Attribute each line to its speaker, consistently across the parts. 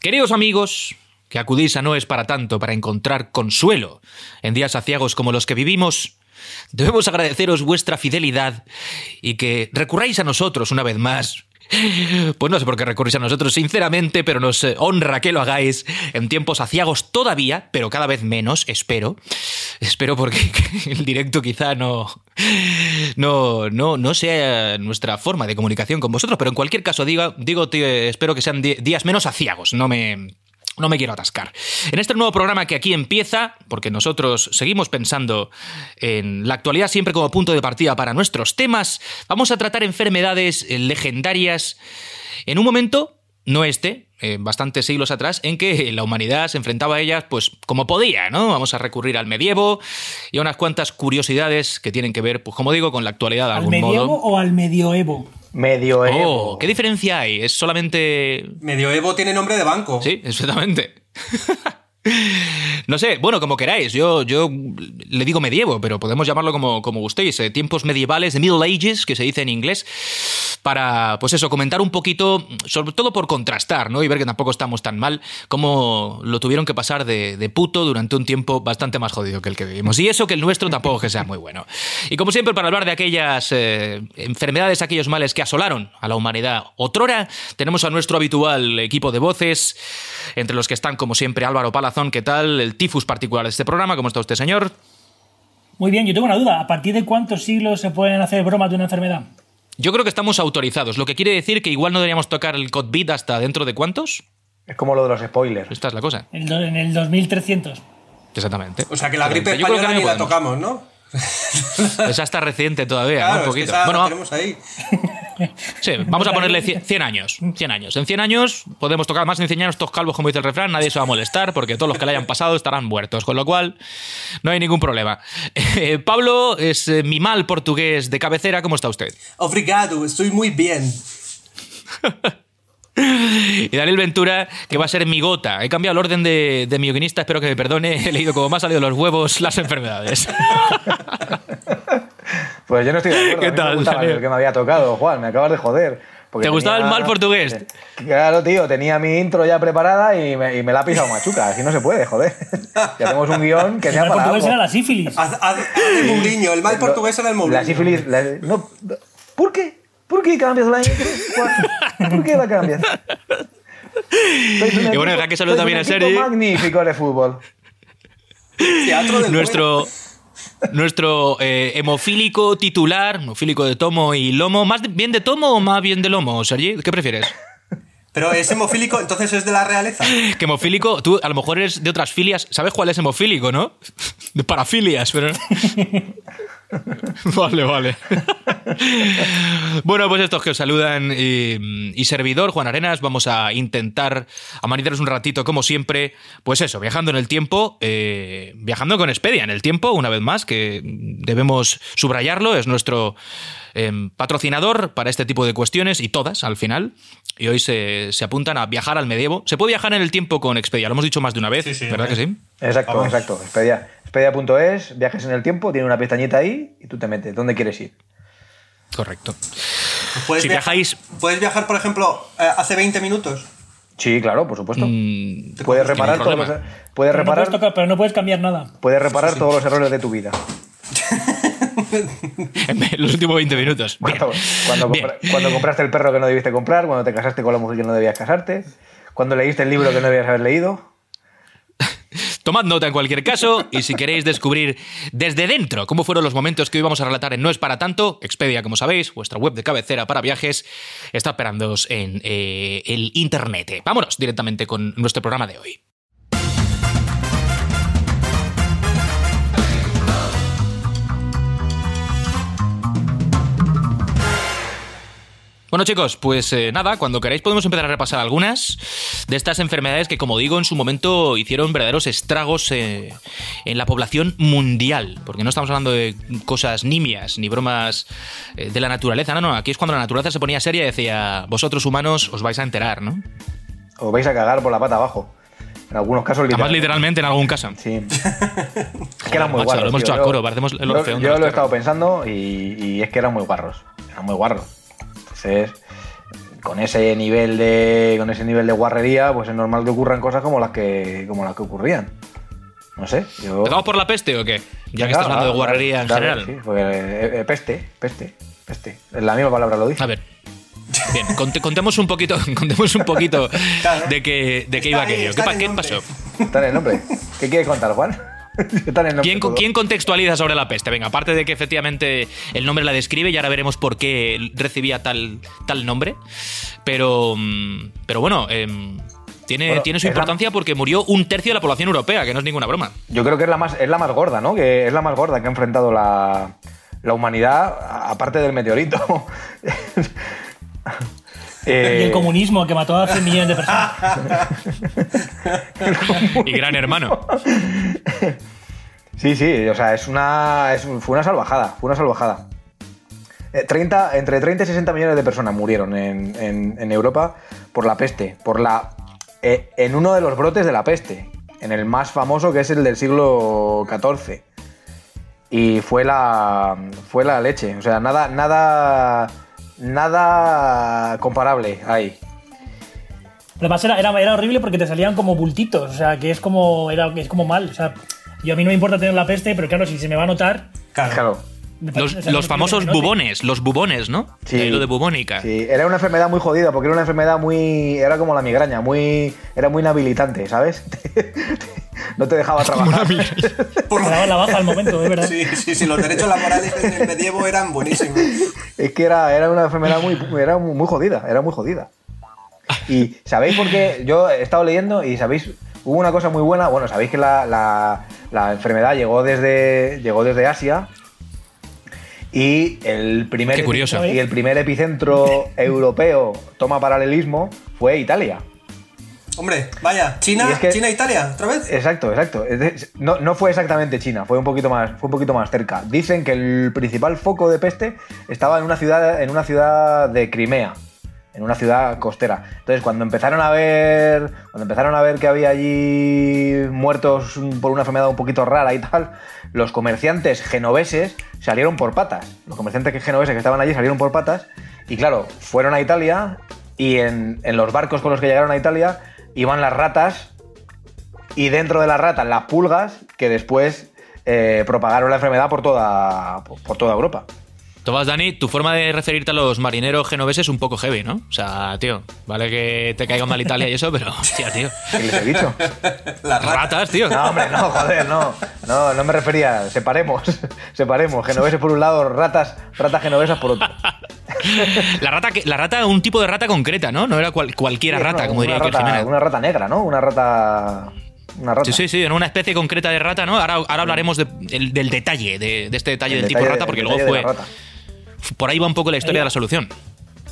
Speaker 1: Queridos amigos, que acudís a No es para tanto para encontrar consuelo en días aciagos como los que vivimos, debemos agradeceros vuestra fidelidad y que recurráis a nosotros una vez más. Pues no sé por qué recurrís a nosotros, sinceramente, pero nos eh, honra que lo hagáis en tiempos aciagos todavía, pero cada vez menos, espero. Espero porque el directo quizá no, no, no, no sea nuestra forma de comunicación con vosotros, pero en cualquier caso, digo, digo te- espero que sean di- días menos aciagos, no me, no me quiero atascar. En este nuevo programa que aquí empieza, porque nosotros seguimos pensando en la actualidad siempre como punto de partida para nuestros temas, vamos a tratar enfermedades eh, legendarias en un momento, no este, eh, bastantes siglos atrás, en que la humanidad se enfrentaba a ellas, pues como podía, ¿no? Vamos a recurrir al medievo y a unas cuantas curiosidades que tienen que ver, pues como digo, con la actualidad de
Speaker 2: ¿Al
Speaker 1: algún
Speaker 2: medievo
Speaker 1: modo.
Speaker 2: o al medioevo?
Speaker 3: Medio evo.
Speaker 1: Oh, ¿qué diferencia hay? Es solamente
Speaker 4: Medioevo tiene nombre de banco.
Speaker 1: Sí, exactamente. No sé, bueno, como queráis, yo, yo le digo medievo, pero podemos llamarlo como, como gustéis, eh, tiempos medievales, de Middle Ages, que se dice en inglés, para, pues eso, comentar un poquito, sobre todo por contrastar, ¿no? Y ver que tampoco estamos tan mal, como lo tuvieron que pasar de, de puto durante un tiempo bastante más jodido que el que vivimos. Y eso que el nuestro tampoco es que sea muy bueno. Y como siempre, para hablar de aquellas eh, enfermedades, aquellos males que asolaron a la humanidad otrora, tenemos a nuestro habitual equipo de voces, entre los que están, como siempre, Álvaro Palazón, ¿qué tal? El tifus particular de este programa, ¿cómo está usted, señor?
Speaker 2: Muy bien, yo tengo una duda. ¿A partir de cuántos siglos se pueden hacer bromas de una enfermedad?
Speaker 1: Yo creo que estamos autorizados, lo que quiere decir que igual no deberíamos tocar el COVID hasta dentro de cuántos.
Speaker 3: Es como lo de los spoilers.
Speaker 1: Esta es la cosa.
Speaker 2: En, do- en el 2300.
Speaker 1: Exactamente.
Speaker 4: O sea que la gripe
Speaker 1: Yo creo que
Speaker 4: española
Speaker 1: no
Speaker 4: ni la
Speaker 1: podemos.
Speaker 4: tocamos, ¿no?
Speaker 1: Esa está reciente todavía, ¿no?
Speaker 4: Claro,
Speaker 1: Un
Speaker 4: es que
Speaker 1: poquito.
Speaker 4: esa
Speaker 1: bueno,
Speaker 4: la
Speaker 1: va-
Speaker 4: tenemos ahí.
Speaker 1: sí, vamos a ponerle cie- 100 años. 100 años. En 100 años podemos tocar más, enseñar estos calvos, como dice el refrán, nadie se va a molestar porque todos los que le hayan pasado estarán muertos, con lo cual no hay ningún problema. Eh, Pablo es eh, mi mal portugués de cabecera, ¿cómo está usted?
Speaker 4: Obrigado, estoy muy bien.
Speaker 1: Y Daniel Ventura, que va a ser mi gota. He cambiado el orden de, de mi guionista, espero que me perdone. He leído como me han salido los huevos las enfermedades.
Speaker 3: Pues yo no estoy de acuerdo.
Speaker 1: ¿Qué
Speaker 3: a mí
Speaker 1: tal,
Speaker 3: Me gustaba
Speaker 1: Daniel?
Speaker 3: el que me había tocado, Juan. Me acabas de joder. porque eh,
Speaker 1: ¿Te gustaba el mal portugués?
Speaker 3: Claro, tío. Tenía mi intro ya preparada y me, y me la ha pisado machuca. Así no se puede, joder. ya tenemos un guión que
Speaker 2: El
Speaker 3: sea
Speaker 2: mal
Speaker 3: para
Speaker 2: portugués
Speaker 3: algo.
Speaker 2: era la sífilis.
Speaker 3: Ah,
Speaker 4: Haz, haz- haz el Mourinho, el mal portugués era el Mourinho.
Speaker 3: La sífilis. la- no, ¿Por qué? ¿Por qué cambias la intro? Juan? ¿Por qué la cambias? Sois un
Speaker 1: Y bueno,
Speaker 3: equipo-
Speaker 1: deja que salude
Speaker 3: sois
Speaker 1: también
Speaker 3: un
Speaker 1: a
Speaker 3: equipo
Speaker 1: Sergi.
Speaker 3: Magnífico de fútbol.
Speaker 4: Teatro del
Speaker 1: nuestro nuestro eh, hemofílico titular, hemofílico de tomo y lomo. ¿Más de- bien de tomo o más bien de lomo, Sergi? ¿Qué prefieres?
Speaker 4: bueno. Pero es hemofílico, entonces es de la realeza. Pues
Speaker 1: Que hemofílico, tú a lo mejor eres de otras filias. ¿Sabes cuál es hemofílico, no? De parafilias, pero. vale, vale. bueno, pues estos que os saludan eh, y, y servidor, Juan Arenas, vamos a intentar amaneceros un ratito, como siempre. Pues eso, viajando en el tiempo, eh, viajando con Expedia en el tiempo, una vez más, que debemos subrayarlo, es nuestro em, patrocinador para este tipo de cuestiones y todas al final. Y hoy se, se apuntan a viajar al medievo. Se puede viajar en el tiempo con Expedia, lo hemos dicho más de una vez,
Speaker 4: Sí, sí,
Speaker 1: ¿verdad que
Speaker 4: hombre.
Speaker 1: sí?
Speaker 3: Exacto,
Speaker 4: Vamos.
Speaker 3: exacto. Expedia. Expedia.es, viajes en el tiempo, tiene una pestañita ahí y tú te metes. ¿Dónde quieres ir?
Speaker 1: Correcto.
Speaker 4: Puedes
Speaker 1: Si
Speaker 4: via-
Speaker 1: viajáis-
Speaker 4: Puedes viajar, por ejemplo, eh, hace 20 minutos.
Speaker 3: Sí, claro, por supuesto.
Speaker 1: Mm, sin
Speaker 3: puedes
Speaker 1: ningún
Speaker 3: reparar, todos los, er,
Speaker 1: problema.
Speaker 2: Pero
Speaker 3: puedes
Speaker 2: no,
Speaker 3: reparar,
Speaker 2: puedes tocar- pero no puedes cambiar nada.
Speaker 3: puedes reparar todos los errores de tu vida.
Speaker 1: en los últimos 20 minutos. Bien.
Speaker 3: Cuando, cuando
Speaker 1: Bien.
Speaker 3: compra- cuando compraste el perro que no debiste comprar, cuando te casaste con la mujer que no debías casarte, cuando leíste el libro que no debías haber leído.
Speaker 1: Tomad nota en cualquier caso y si queréis descubrir desde dentro cómo fueron los momentos que hoy vamos a relatar en No es para tanto, Expedia, como sabéis, vuestra web de cabecera para viajes, está esperándoos en eh, el internet. Vámonos directamente con nuestro programa de hoy. Bueno chicos, pues eh, nada, cuando queráis podemos empezar a repasar algunas de estas enfermedades que como digo en su momento hicieron verdaderos estragos eh, en la población mundial, porque no estamos hablando de cosas nimias ni bromas eh, de la naturaleza, no, no, aquí es cuando la naturaleza se ponía seria y decía, vosotros humanos os vais a enterar, ¿no?
Speaker 3: Os vais a cagar por la pata abajo. En algunos casos,
Speaker 1: Además literalmente en algún caso.
Speaker 3: Sí. es que eran muy
Speaker 1: Macho,
Speaker 3: guarros.
Speaker 1: lo hemos
Speaker 3: tío.
Speaker 1: hecho a
Speaker 3: Yo-
Speaker 1: coro, parecemos el
Speaker 3: yo-
Speaker 1: Orfeón de los
Speaker 3: Yo, lo he
Speaker 1: terros.
Speaker 3: estado pensando y, y es que eran muy guarros. Eran muy guarros. Entonces, con ese nivel de con ese nivel de guarrería, pues es normal que ocurran cosas como las que como las que ocurrían. No sé, yo
Speaker 1: ¿Empezamos por la peste o qué? Ya que
Speaker 3: Claro,
Speaker 1: estás hablando de
Speaker 3: claro,
Speaker 1: guarrería en
Speaker 3: claro,
Speaker 1: general.
Speaker 3: sí, porque, eh, eh, peste, peste, peste. La misma palabra lo dice.
Speaker 1: A ver. Bien, conte- contemos un poquito, contemos un poquito
Speaker 4: Claro.
Speaker 1: de qué de qué
Speaker 4: Está
Speaker 1: iba
Speaker 4: ahí,
Speaker 1: aquello. ¿Qué,
Speaker 4: está
Speaker 1: pa-
Speaker 4: en el
Speaker 1: qué
Speaker 4: nombre.
Speaker 1: pasó?
Speaker 3: Está en el nombre. ¿Qué quieres contar, Juan? Está en el nombre.
Speaker 1: ¿Quién,
Speaker 3: todo.
Speaker 1: quién contextualiza sobre la peste? Venga, aparte de que efectivamente el nombre la describe, y ahora veremos por qué recibía tal, tal nombre. Pero, mm, pero bueno, em, tiene,
Speaker 3: Bueno,
Speaker 1: tiene su
Speaker 3: es la-
Speaker 1: importancia porque murió un tercio de la población europea, que no es ninguna broma.
Speaker 3: Yo creo que es la más, es la más gorda, ¿no? Que es la más gorda que ha enfrentado la, la humanidad, a- aparte del meteorito.
Speaker 2: Y
Speaker 3: Eh,
Speaker 2: el comunismo que mató a 100 millones de personas.
Speaker 1: Y gran hermano.
Speaker 3: Sí, sí, o sea, es una, es un- fue una salvajada, fue una salvajada. Eh, 30, entre 30 y 60 millones de personas murieron en, en- en Europa por la peste, por la eh, en uno de los brotes de la peste, en el más famoso que es el del siglo XIV. Y fue la fue la leche, o sea, nada nada nada comparable ahí.
Speaker 2: Pero Además era, era, era horrible porque te salían como bultitos, o sea, que es como, era, es como mal. O sea, yo a mí no me importa tener la peste, pero claro, si se me va a notar...
Speaker 4: Claro.
Speaker 3: Claro.
Speaker 2: me
Speaker 1: Los,
Speaker 2: parece- o sea,
Speaker 1: los
Speaker 2: no
Speaker 1: famosos
Speaker 2: quiero que me note.
Speaker 1: bubones, los bubones, ¿no?
Speaker 3: Sí.
Speaker 1: De ahí lo de bubónica.
Speaker 3: Sí, era una enfermedad muy jodida, porque era una enfermedad muy. Era como la migraña, muy. Era muy inhabilitante, ¿sabes? no te dejaba trabajar.
Speaker 4: Por-
Speaker 2: Me daba la baja al momento, es verdad.
Speaker 4: Sí, sí, sí, los derechos laborales en el medievo eran buenísimos.
Speaker 3: Es que era, era una enfermedad muy, era muy muy jodida, era muy jodida. Y sabéis por qué, yo he estado leyendo y sabéis, hubo una cosa muy buena, bueno, sabéis que la, la- la enfermedad llegó desde, llegó desde Asia y el primer,
Speaker 1: Qué curioso.
Speaker 3: y el primer epicentro europeo, toma paralelismo, fue Italia.
Speaker 4: Hombre, vaya, China,
Speaker 3: Y es que-
Speaker 4: China, e Italia, otra vez.
Speaker 3: Exacto, exacto. Es de- No, no fue exactamente China, fue un poquito más, fue un poquito más cerca. Dicen que el principal foco de peste estaba en una ciudad, en una ciudad de Crimea, en una ciudad costera. Entonces, cuando empezaron a ver, cuando empezaron a ver que había allí muertos por una enfermedad un poquito rara y tal, los comerciantes genoveses salieron por patas. Los comerciantes genoveses que estaban allí salieron por patas y claro, fueron a Italia y en, en los barcos con los que llegaron a Italia iban las ratas y dentro de las ratas las pulgas que después eh, propagaron la enfermedad por toda, por toda Europa.
Speaker 1: Tomás, Dani, tu forma de referirte a los marineros genoveses es un poco heavy, ¿no? O sea, tío, vale que te caiga mal Italia y eso, pero, hostia, tío.
Speaker 3: ¿Qué les he dicho?
Speaker 4: La rata.
Speaker 1: Ratas, tío.
Speaker 3: No, Ah, hombre, no, joder, no. No, no me refería. Separemos. Separemos. Genoveses por un lado, ratas, ratas genovesas por otro.
Speaker 1: La rata, que- la rata, un tipo de rata concreta, ¿no? No era cual- cualquiera
Speaker 3: Sí,
Speaker 1: rata,
Speaker 3: no,
Speaker 1: como diría
Speaker 3: una
Speaker 1: Iker
Speaker 3: rata,
Speaker 1: Jiménez.
Speaker 3: Una rata negra, ¿no? Una rata. Una rata.
Speaker 1: Sí, sí, sí, era una especie concreta de rata, ¿no? Ahora, ahora hablaremos de- del, del detalle, de, de este detalle
Speaker 3: El
Speaker 1: del tipo de
Speaker 3: detalle
Speaker 1: rata,
Speaker 3: de-
Speaker 1: porque
Speaker 3: el
Speaker 1: luego
Speaker 3: detalle
Speaker 1: fue.
Speaker 3: de la rata.
Speaker 1: Por ahí va un poco la historia de la solución.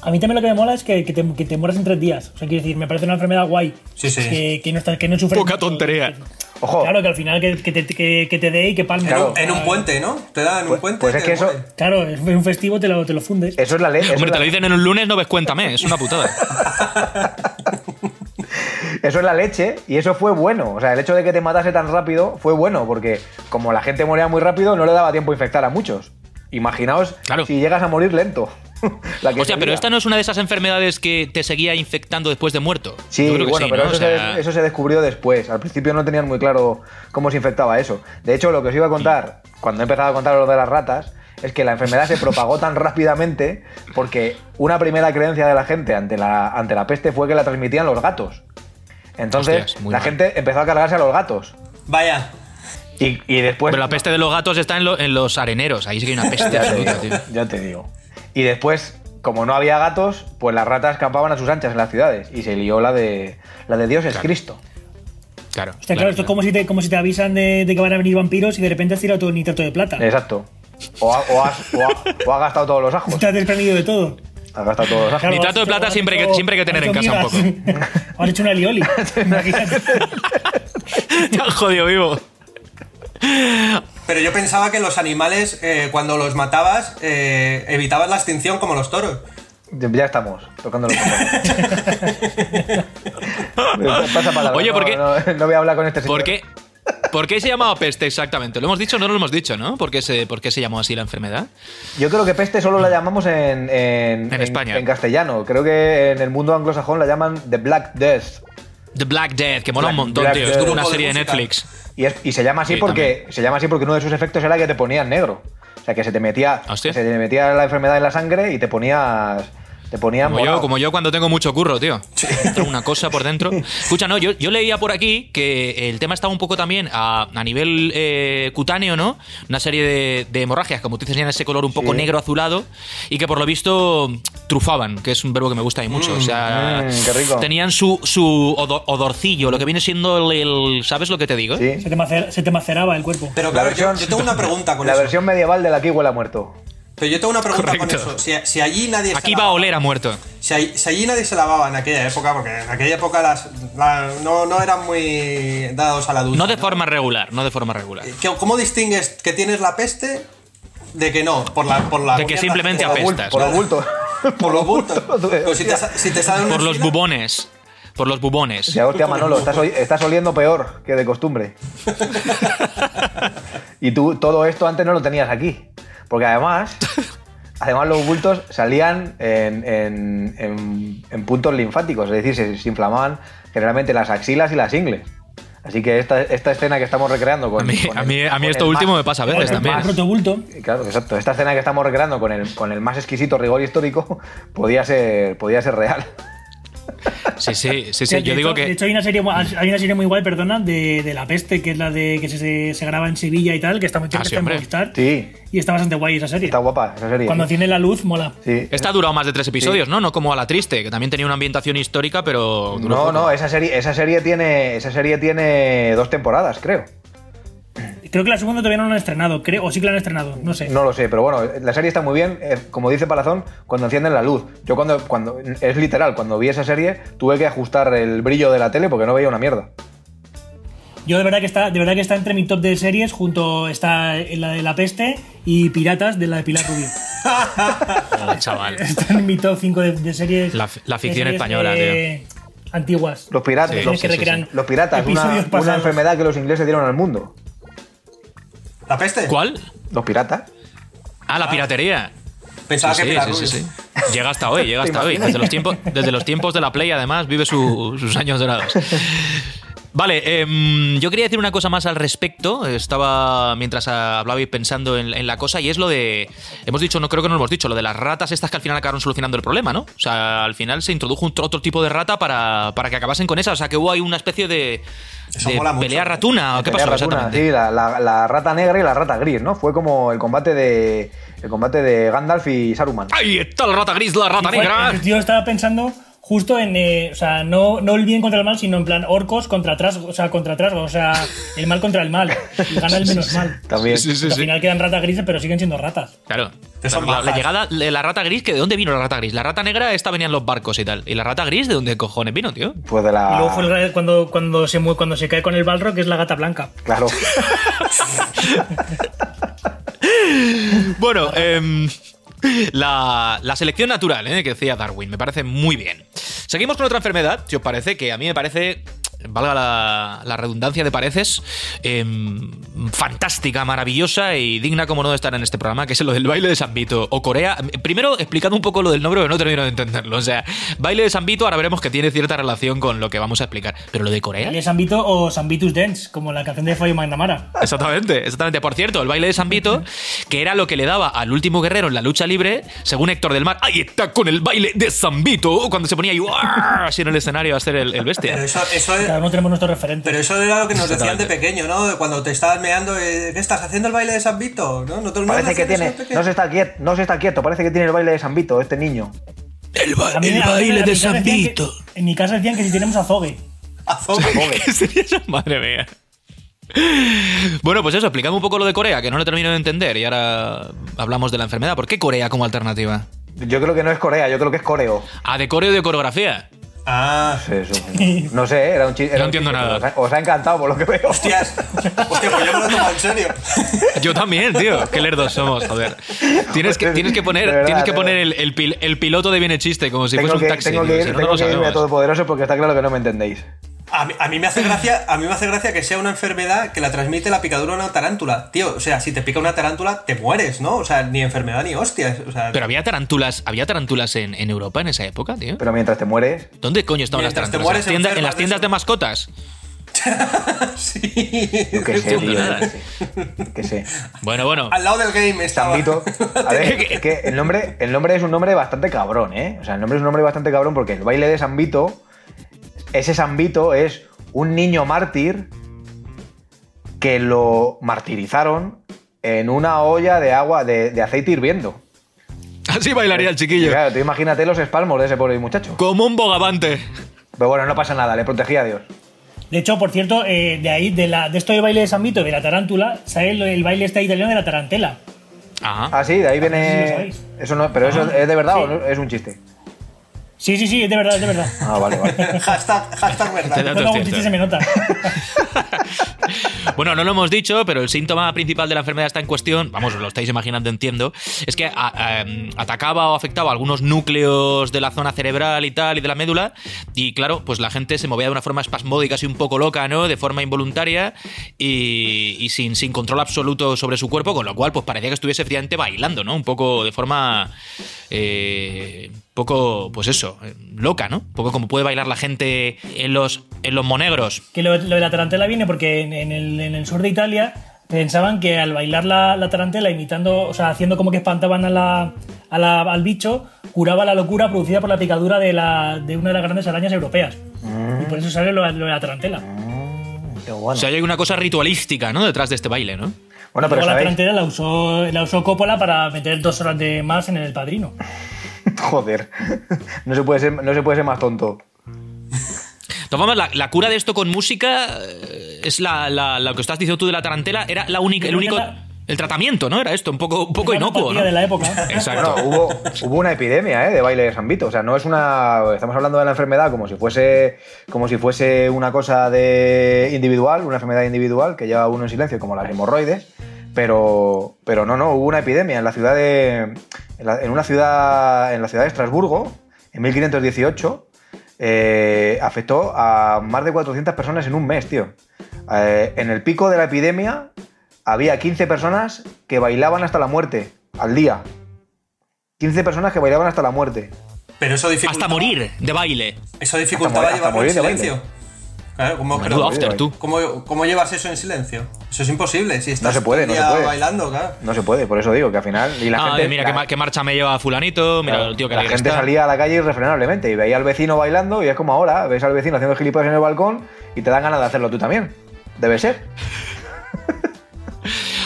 Speaker 2: A mí también lo que me mola es que, que te, que te mueras en tres días. O sea, quiero decir, me parece una enfermedad guay.
Speaker 4: Sí, sí.
Speaker 2: Que, que no, está, que no sufres
Speaker 1: Poca
Speaker 2: mucho.
Speaker 1: tontería.
Speaker 3: Ojo.
Speaker 2: Claro, que al final que, que te, que- que te dé y que palme.
Speaker 3: Claro.
Speaker 4: En un puente, ¿no? Te dan en un
Speaker 3: Pues-
Speaker 4: puente.
Speaker 3: pues es
Speaker 4: te
Speaker 3: que eso-
Speaker 4: mueren.
Speaker 2: Claro, es un festivo, te lo, te lo fundes.
Speaker 3: Eso es la ley. eso
Speaker 1: Hombre,
Speaker 3: es
Speaker 1: te
Speaker 3: la-
Speaker 1: lo dicen en un lunes, no ves cuéntame, es una putada.
Speaker 3: Eso es la leche y eso fue bueno. O sea, el hecho de que te matase tan rápido fue bueno porque como la gente moría muy rápido no le daba tiempo a infectar a muchos. Imaginaos
Speaker 1: Claro.
Speaker 3: si llegas a morir lento. la que
Speaker 1: O sea,
Speaker 3: se
Speaker 1: pero
Speaker 3: lía.
Speaker 1: esta no es una de esas enfermedades que te seguía infectando después de muerto.
Speaker 3: Sí,
Speaker 1: Yo creo que
Speaker 3: bueno,
Speaker 1: sí,
Speaker 3: pero
Speaker 1: ¿no?
Speaker 3: eso,
Speaker 1: O sea,
Speaker 3: se, eso se descubrió después. Al principio no tenían muy claro cómo se infectaba eso. De hecho, lo que os iba a contar, cuando he empezado a contar lo de las ratas, es que la enfermedad se propagó tan rápidamente porque una primera creencia de la gente ante la, ante la peste fue que la transmitían los gatos. Entonces,
Speaker 1: Hostias, muy
Speaker 3: la
Speaker 1: mal.
Speaker 3: gente empezó a cargarse a los gatos.
Speaker 4: Vaya.
Speaker 3: Y, y después...
Speaker 1: pero la peste de los gatos está en, lo- en los areneros. Ahí sí que hay una peste
Speaker 3: Ya te
Speaker 1: absoluta, tío.
Speaker 3: digo, ya te digo. Y después, como no había gatos, pues las ratas escapaban a sus anchas en las ciudades. Y se lió la de, la de Dios es Cristo.
Speaker 1: Claro.
Speaker 2: O sea, claro, esto es como si te, como si te avisan de, de que van a venir vampiros y de repente has tirado todo el nitrato de plata.
Speaker 3: Exacto. O ha, o has- o ha- o ha gastado todos los ajos.
Speaker 2: Te has desprendido de todo.
Speaker 3: Ha gastado todos los ajos.
Speaker 2: Claro,
Speaker 1: Nitrato de
Speaker 2: has hecho-
Speaker 1: plata
Speaker 2: has
Speaker 1: siempre hay que-
Speaker 2: hecho-
Speaker 1: siempre hay que tener
Speaker 2: has
Speaker 1: en
Speaker 2: hecho
Speaker 1: casa un
Speaker 2: migas. Has hecho una lioli. Imagínate.
Speaker 1: Te han jodido vivo.
Speaker 4: Pero yo pensaba que los animales, eh, cuando los matabas, eh, evitabas la extinción como los toros.
Speaker 3: Ya estamos, tocando los cojones. Pasa palabra,
Speaker 1: Oye, ¿por
Speaker 3: no-
Speaker 1: qué?
Speaker 3: No, no voy a hablar con este señor.
Speaker 1: ¿Por qué? ¿Por qué se llamaba peste exactamente? ¿Lo hemos dicho o no lo hemos dicho, no? ¿Por qué se, por qué se llamó así la enfermedad?
Speaker 3: Yo creo que peste solo la llamamos en, en,
Speaker 1: En España.
Speaker 3: En castellano. Creo que en el mundo anglosajón la llaman The Black Death.
Speaker 1: The Black Death, que mola un
Speaker 3: Black-
Speaker 1: montón,
Speaker 3: Black
Speaker 1: tío.
Speaker 3: Death.
Speaker 1: Estuvo en una
Speaker 4: Grupo de
Speaker 1: serie de
Speaker 4: música.
Speaker 1: Netflix.
Speaker 3: Y, es- y se llama así
Speaker 1: Sí,
Speaker 3: porque se llama así porque uno de sus efectos era que te ponías negro. O sea, que se te metía,
Speaker 1: Hostia.
Speaker 3: se te metía la enfermedad en la sangre y te ponías. Te ponías
Speaker 1: Como yo,
Speaker 3: morado.
Speaker 1: como yo cuando tengo mucho curro, tío. Entra una cosa por dentro. Escucha, no, yo, yo leía por aquí que el tema estaba un poco también a, a nivel eh, cutáneo, ¿no? Una serie de, de hemorragias, como tú dices, en ese color un poco
Speaker 3: Sí.
Speaker 1: negro azulado, y que por lo visto trufaban, que es un verbo que me gusta ahí mucho. o sea,
Speaker 3: Mm, qué rico.
Speaker 1: tenían su, su odo- odorcillo, lo que viene siendo el, el- ¿Sabes lo que te digo?
Speaker 3: Sí.
Speaker 2: Se te, macer- se te maceraba el cuerpo.
Speaker 4: Pero
Speaker 3: La
Speaker 4: claro, yo-
Speaker 3: versión-
Speaker 4: yo, tengo una pregunta con
Speaker 3: La
Speaker 4: eso.
Speaker 3: versión medieval de la que huele a muerto.
Speaker 4: Pero yo tengo una pregunta
Speaker 1: Correcto.
Speaker 4: con eso. Si, si allí nadie
Speaker 1: Aquí
Speaker 4: se
Speaker 1: va a
Speaker 4: lavaba-
Speaker 1: oler a muerto.
Speaker 4: Si, ahí- si allí nadie se lavaba en aquella época, porque en aquella época las, la- no, no eran muy dados a la ducha.
Speaker 1: No de forma regular, no de forma regular.
Speaker 4: ¿Qué- ¿Cómo distingues que tienes la peste de que no? Por la, por la
Speaker 1: De que simplemente
Speaker 4: por,
Speaker 3: Por,
Speaker 4: la-
Speaker 3: los bul-
Speaker 1: apestas,
Speaker 3: por
Speaker 1: ¿no?
Speaker 3: los bultos.
Speaker 4: por los bultos. Pero si te, sa- si te sale una
Speaker 1: Por los
Speaker 4: espina-
Speaker 1: bubones. Por los bubones.
Speaker 3: Ya, hostia, Manolo, estás, oli- estás oliendo peor que de costumbre. y tú todo esto antes no lo tenías aquí. Porque además, además los bultos salían en, en- en- en puntos linfáticos, es decir, se, se inflamaban generalmente las axilas y las ingles. Así que esta, esta escena que estamos recreando con.
Speaker 1: A mí-
Speaker 3: con
Speaker 1: a
Speaker 3: el-
Speaker 1: mí- a mí
Speaker 3: con
Speaker 1: esto
Speaker 3: el
Speaker 1: último
Speaker 3: más-
Speaker 1: me pasa a
Speaker 3: con
Speaker 1: veces
Speaker 3: el
Speaker 1: también.
Speaker 3: más-
Speaker 2: protobulto.
Speaker 3: Claro, exacto. Esta escena que estamos recreando con el, con el más exquisito rigor histórico podía ser, podía ser real.
Speaker 1: Sí, sí, sí, sí.
Speaker 2: De
Speaker 1: Yo digo
Speaker 2: hecho- De
Speaker 1: que.
Speaker 2: hecho, hay una serie, mu- hay una serie muy guay, perdona, de, de La Peste, que es la de que se- se, se graba en Sevilla y tal, que está muy
Speaker 1: Ah,
Speaker 2: chida,
Speaker 1: sí,
Speaker 2: que está en
Speaker 1: hombre.
Speaker 2: Movistar.
Speaker 3: Sí,
Speaker 2: Y está bastante guay esa serie.
Speaker 3: está guapa esa serie.
Speaker 2: Cuando tiene la luz, mola.
Speaker 3: Sí.
Speaker 1: Esta ha durado más de tres episodios, ¿no? No como a la triste, que también tenía una ambientación histórica, pero. duró
Speaker 3: No,
Speaker 1: poco.
Speaker 3: no, esa serie, esa serie tiene. Esa serie tiene dos temporadas, creo.
Speaker 2: Creo que la segunda todavía no la han estrenado, creo, o sí que la han estrenado, no sé.
Speaker 3: No lo sé, pero bueno, la serie está muy bien, eh, como dice Palazón, cuando encienden la luz. Yo cuando, cuando. Es literal, cuando vi esa serie, tuve que ajustar el brillo de la tele porque no veía una mierda.
Speaker 2: Yo de verdad que está, de verdad que está entre mi top de series, junto está la de La Peste y Piratas de la de Pilar Rubio.
Speaker 1: Ah, chaval.
Speaker 2: Está en mi top 5 de, de series.
Speaker 1: La- la ficción
Speaker 2: de
Speaker 1: española,
Speaker 2: eh, Antiguas.
Speaker 3: Los piratas.
Speaker 1: Sí,
Speaker 3: los,
Speaker 1: sí, sí,
Speaker 2: recrean
Speaker 3: los piratas, una,
Speaker 2: episodios
Speaker 3: una
Speaker 2: pasados.
Speaker 3: enfermedad que los ingleses dieron al mundo.
Speaker 4: ¿La peste?
Speaker 1: ¿Cuál?
Speaker 3: Los piratas.
Speaker 1: Ah, la piratería.
Speaker 4: Pensaba
Speaker 1: sí,
Speaker 4: que
Speaker 1: sí,
Speaker 4: Pilar
Speaker 1: sí,
Speaker 4: Rubio.
Speaker 1: sí, sí. Llega hasta hoy, llega hasta hoy. Desde los, tiempos, desde los tiempos de la Play, además, vive su- sus años dorados. Vale, em, yo quería decir una cosa más al respecto. Estaba mientras hablabais pensando en, en la cosa y es lo de. Hemos dicho, no creo que no lo hemos dicho, lo de las ratas estas que al final acabaron solucionando el problema, ¿no? O sea, al final se introdujo un tro- otro tipo de rata para, para que acabasen con esa. O sea, que hubo ahí una especie de.
Speaker 4: Eso
Speaker 1: de
Speaker 4: mola mucho.
Speaker 1: pelea ratuna. ¿o ¿Qué
Speaker 3: Tenía
Speaker 1: pasó
Speaker 3: ratuna,
Speaker 1: exactamente?
Speaker 3: sí, la, la- la rata negra y la rata gris, ¿no? Fue como el combate de. El combate de Gandalf y Saruman.
Speaker 1: Ahí está la rata gris, la rata
Speaker 2: Joder,
Speaker 1: negra.
Speaker 2: el tío estaba pensando justo en, eh, o sea, no, no el bien contra el mal, sino en plan orcos contra trasgos, o sea, contra trasgos, o sea, el mal contra el mal, y gana el menos mal.
Speaker 3: También.
Speaker 1: Sí, sí,
Speaker 2: Al
Speaker 1: sí.
Speaker 2: final quedan ratas grises, pero siguen siendo ratas.
Speaker 1: Claro.
Speaker 4: Que son
Speaker 1: la, la
Speaker 4: majas.
Speaker 1: llegada de la rata gris, que ¿de dónde vino la rata gris? La rata negra, esta venían los barcos y tal. ¿Y la rata gris de dónde cojones vino, tío?
Speaker 3: Pues de la.
Speaker 2: Y luego fue el ra- cuando, cuando, se mue- cuando se cae con el balro, que es la gata blanca.
Speaker 3: Claro.
Speaker 1: Bueno, em, la, la selección natural, ¿eh? que decía Darwin, me parece muy bien. Seguimos con otra enfermedad, si os parece, que a mí me parece, valga la, la redundancia de pareces, em, fantástica, maravillosa y digna como no de estar en este programa, que es lo del baile de San Vito o Corea. Primero, explicando un poco lo del nombre, que no termino de entenderlo. O sea, baile de San Vito, ahora veremos que tiene cierta relación con lo que vamos a explicar. Pero lo de Corea...
Speaker 2: El San Vito o San Vitus Dance, como la canción de Fabio Magnamara.
Speaker 1: Exactamente, exactamente. Por cierto, el baile de San Vito, que era lo que le daba al último guerrero en la lucha libre, según Héctor del Mar, ahí está con el baile de San Vito, cuando se ponía ahí, ¡guau! así en el escenario a hacer el, el
Speaker 4: Pero
Speaker 1: bestia.
Speaker 4: eso, eso es-
Speaker 2: Cada uno tenemos nuestro referente.
Speaker 4: Pero eso era lo que nos decían de
Speaker 1: Exactamente.
Speaker 4: pequeño, ¿no? De Cuando te estabas meando, eh, ¿qué estás haciendo el baile de San Vito? ¿No? ¿No te- no
Speaker 3: Parece que
Speaker 4: decían eso
Speaker 3: tiene.
Speaker 4: de pequeño?
Speaker 3: No se, está quieto, no se está quieto, parece que tiene el baile de San Vito, este niño.
Speaker 1: El,
Speaker 2: A mí- a mí- a mi casa decían que- en mi casa decían que si tenemos azogue.
Speaker 4: Azogue.
Speaker 1: ¿Qué sería eso? Madre mía. Bueno, pues eso, explicame un poco lo de Corea, que no lo termino de entender, y ahora hablamos de la enfermedad. ¿Por qué Corea como alternativa?
Speaker 3: Yo creo que no es Corea, yo creo que es coreo.
Speaker 1: Ah, de coreo y de coreografía.
Speaker 4: Ah,
Speaker 3: Sí, eso. No sé, era un chiste.
Speaker 1: No entiendo nada.
Speaker 3: Os ha, os ha encantado por lo que veo.
Speaker 4: hostias. Hostia, pues yo me lo tomo en serio.
Speaker 1: Yo también, tío. Qué lerdos somos, joder. Tienes que, tienes que poner,
Speaker 3: De verdad,
Speaker 1: tienes que
Speaker 3: de
Speaker 1: poner el,
Speaker 3: verdad.
Speaker 1: el pil- el piloto de Viene Chiste, como si
Speaker 3: tengo
Speaker 1: fuese un
Speaker 3: que,
Speaker 1: taxi.
Speaker 3: tengo
Speaker 1: tío,
Speaker 3: que
Speaker 1: si
Speaker 3: ir,
Speaker 1: no, no
Speaker 3: tengo
Speaker 1: lo
Speaker 3: que irme a
Speaker 1: sabemos.
Speaker 3: Todopoderoso porque está claro que no me entendéis.
Speaker 4: A mí, a mí me hace gracia, a mí me hace gracia que sea una enfermedad que la transmite la picadura de una tarántula. Tío, o sea, si te pica una tarántula, te mueres, ¿no? O sea, ni enfermedad ni hostias. O sea,
Speaker 1: Pero había tarántulas, había tarántulas en, en Europa en esa época, tío.
Speaker 3: Pero mientras te mueres,
Speaker 1: ¿Dónde coño estaban las
Speaker 4: Mientras te
Speaker 1: tarántulas?
Speaker 4: mueres,
Speaker 1: ¿En las tiendas- en
Speaker 4: enfermas
Speaker 1: las
Speaker 4: de
Speaker 1: tiendas
Speaker 4: eso.
Speaker 1: de mascotas?
Speaker 4: sí.
Speaker 3: yo qué sé,
Speaker 1: Tú,
Speaker 3: tío.
Speaker 1: nada.
Speaker 3: yo qué sé, Qué sé.
Speaker 1: Bueno, bueno.
Speaker 4: Al lado del game estaba.
Speaker 3: Tambito. A ver, es que el nombre, el nombre es un nombre bastante cabrón, ¿eh? O sea, el nombre es un nombre bastante cabrón porque el baile de Sambito, ese Sambito es un niño mártir que lo martirizaron en una olla de agua, de, de aceite hirviendo.
Speaker 1: Así bailaría el
Speaker 3: Y
Speaker 1: chiquillo.
Speaker 3: claro, tú imagínate los espalmos de ese pobre muchacho.
Speaker 1: Como un bogavante.
Speaker 3: Pero bueno, no pasa nada, le protegía a Dios.
Speaker 2: De hecho, por cierto, eh, de ahí, de, la, de esto del baile de San Vito, y de la tarántula, sale el, el baile este italiano de la tarantela.
Speaker 1: Ajá.
Speaker 3: Ah, sí, de ahí
Speaker 2: sí lo
Speaker 3: viene.
Speaker 2: sabéis.
Speaker 3: Eso no, pero eso
Speaker 2: Ah,
Speaker 3: es de verdad
Speaker 2: sí.
Speaker 3: o no? es un chiste.
Speaker 2: Sí, sí, sí, es de verdad, es de verdad.
Speaker 3: Ah, vale, vale.
Speaker 4: Hashtag, hashtag
Speaker 1: Te da-
Speaker 4: verdad.
Speaker 2: Cuando hago un
Speaker 1: cierto.
Speaker 2: chiste se me nota.
Speaker 1: Bueno, no lo hemos dicho, pero el síntoma principal de la enfermedad está en cuestión. Vamos, os lo estáis imaginando, entiendo. Es que a- a- atacaba o afectaba a algunos núcleos de la zona cerebral y tal, y de la médula. Y claro, pues la gente se movía de una forma espasmódica, así un poco loca, ¿no? De forma involuntaria y, y sin, sin control absoluto sobre su cuerpo, con lo cual, pues parecía que estuviese efectivamente bailando, ¿no? Un poco de forma. eh, poco, pues eso, eh, loca, ¿no? Un poco como puede bailar la gente en los, en los monegros.
Speaker 2: Que lo, lo de la tarantela viene porque en, en el, en el sur de Italia pensaban que al bailar la, la tarantela, imitando, o sea, haciendo como que espantaban a la, a la- al bicho, curaba la locura producida por la picadura de, la, de una de las grandes arañas europeas.
Speaker 3: Mm.
Speaker 2: Y por eso sale lo, lo de la tarantela.
Speaker 3: Ah, Qué
Speaker 1: O
Speaker 3: bueno.
Speaker 1: sea, hay una cosa ritualística, ¿no? Detrás de este baile, ¿no?
Speaker 3: Bueno,
Speaker 2: Luego
Speaker 3: pero
Speaker 2: la
Speaker 3: sabéis.
Speaker 2: tarantela la usó, la usó Coppola para meter dos horas de más en el padrino.
Speaker 3: Joder. No se puede ser, no se puede ser más tonto.
Speaker 1: Tomamos la, la cura de esto con música eh, es la, la- lo que estás diciendo tú de la tarantela era la única el
Speaker 2: Creo que
Speaker 1: único
Speaker 2: la-
Speaker 1: el tratamiento, ¿no? Era esto, un poco un poco
Speaker 2: Es la
Speaker 1: inocuo,
Speaker 2: tapatía
Speaker 1: ¿no?
Speaker 2: de la época.
Speaker 1: Exacto.
Speaker 3: Bueno, hubo, hubo una epidemia ¿eh? de baile de San Vito. O sea, no es una. Estamos hablando de la enfermedad como si fuese, como si fuese una cosa de individual, una enfermedad individual que lleva uno en silencio, como las hemorroides. Pero, pero no, no, hubo una epidemia en la ciudad de. En, la- en una ciudad. En la ciudad de Estrasburgo, en 1518. eh, afectó a más de 400 personas en un mes, tío. Eh, en el pico de la epidemia había 15 personas que bailaban hasta la muerte al día. 15 personas que bailaban hasta la muerte.
Speaker 4: Pero eso dificultaba,
Speaker 1: Hasta morir de baile.
Speaker 4: Eso dificultaba
Speaker 3: Hasta
Speaker 4: llevarlo
Speaker 3: morir
Speaker 4: en
Speaker 3: de baile.
Speaker 4: silencio. Claro, como, pero-
Speaker 1: Menudo after,
Speaker 3: baile.
Speaker 1: tú.
Speaker 4: ¿cómo, cómo llevas eso en silencio? Eso es imposible. Si estás
Speaker 3: se puede,
Speaker 4: todo el
Speaker 3: no se
Speaker 4: día
Speaker 3: puede.
Speaker 4: bailando, claro.
Speaker 3: No se puede, por eso digo que al final. Y la
Speaker 1: Ah,
Speaker 3: gente,
Speaker 1: mira
Speaker 3: la-
Speaker 1: qué, ma- qué marcha me lleva fulanito, mira
Speaker 3: claro,
Speaker 1: el tío que
Speaker 3: la
Speaker 1: alegre
Speaker 3: gente
Speaker 1: está.
Speaker 3: salía a la calle irrefrenablemente y veía al vecino bailando y es como ahora, ves al vecino haciendo gilipollas en el balcón y te dan ganas de hacerlo tú también. Debe ser.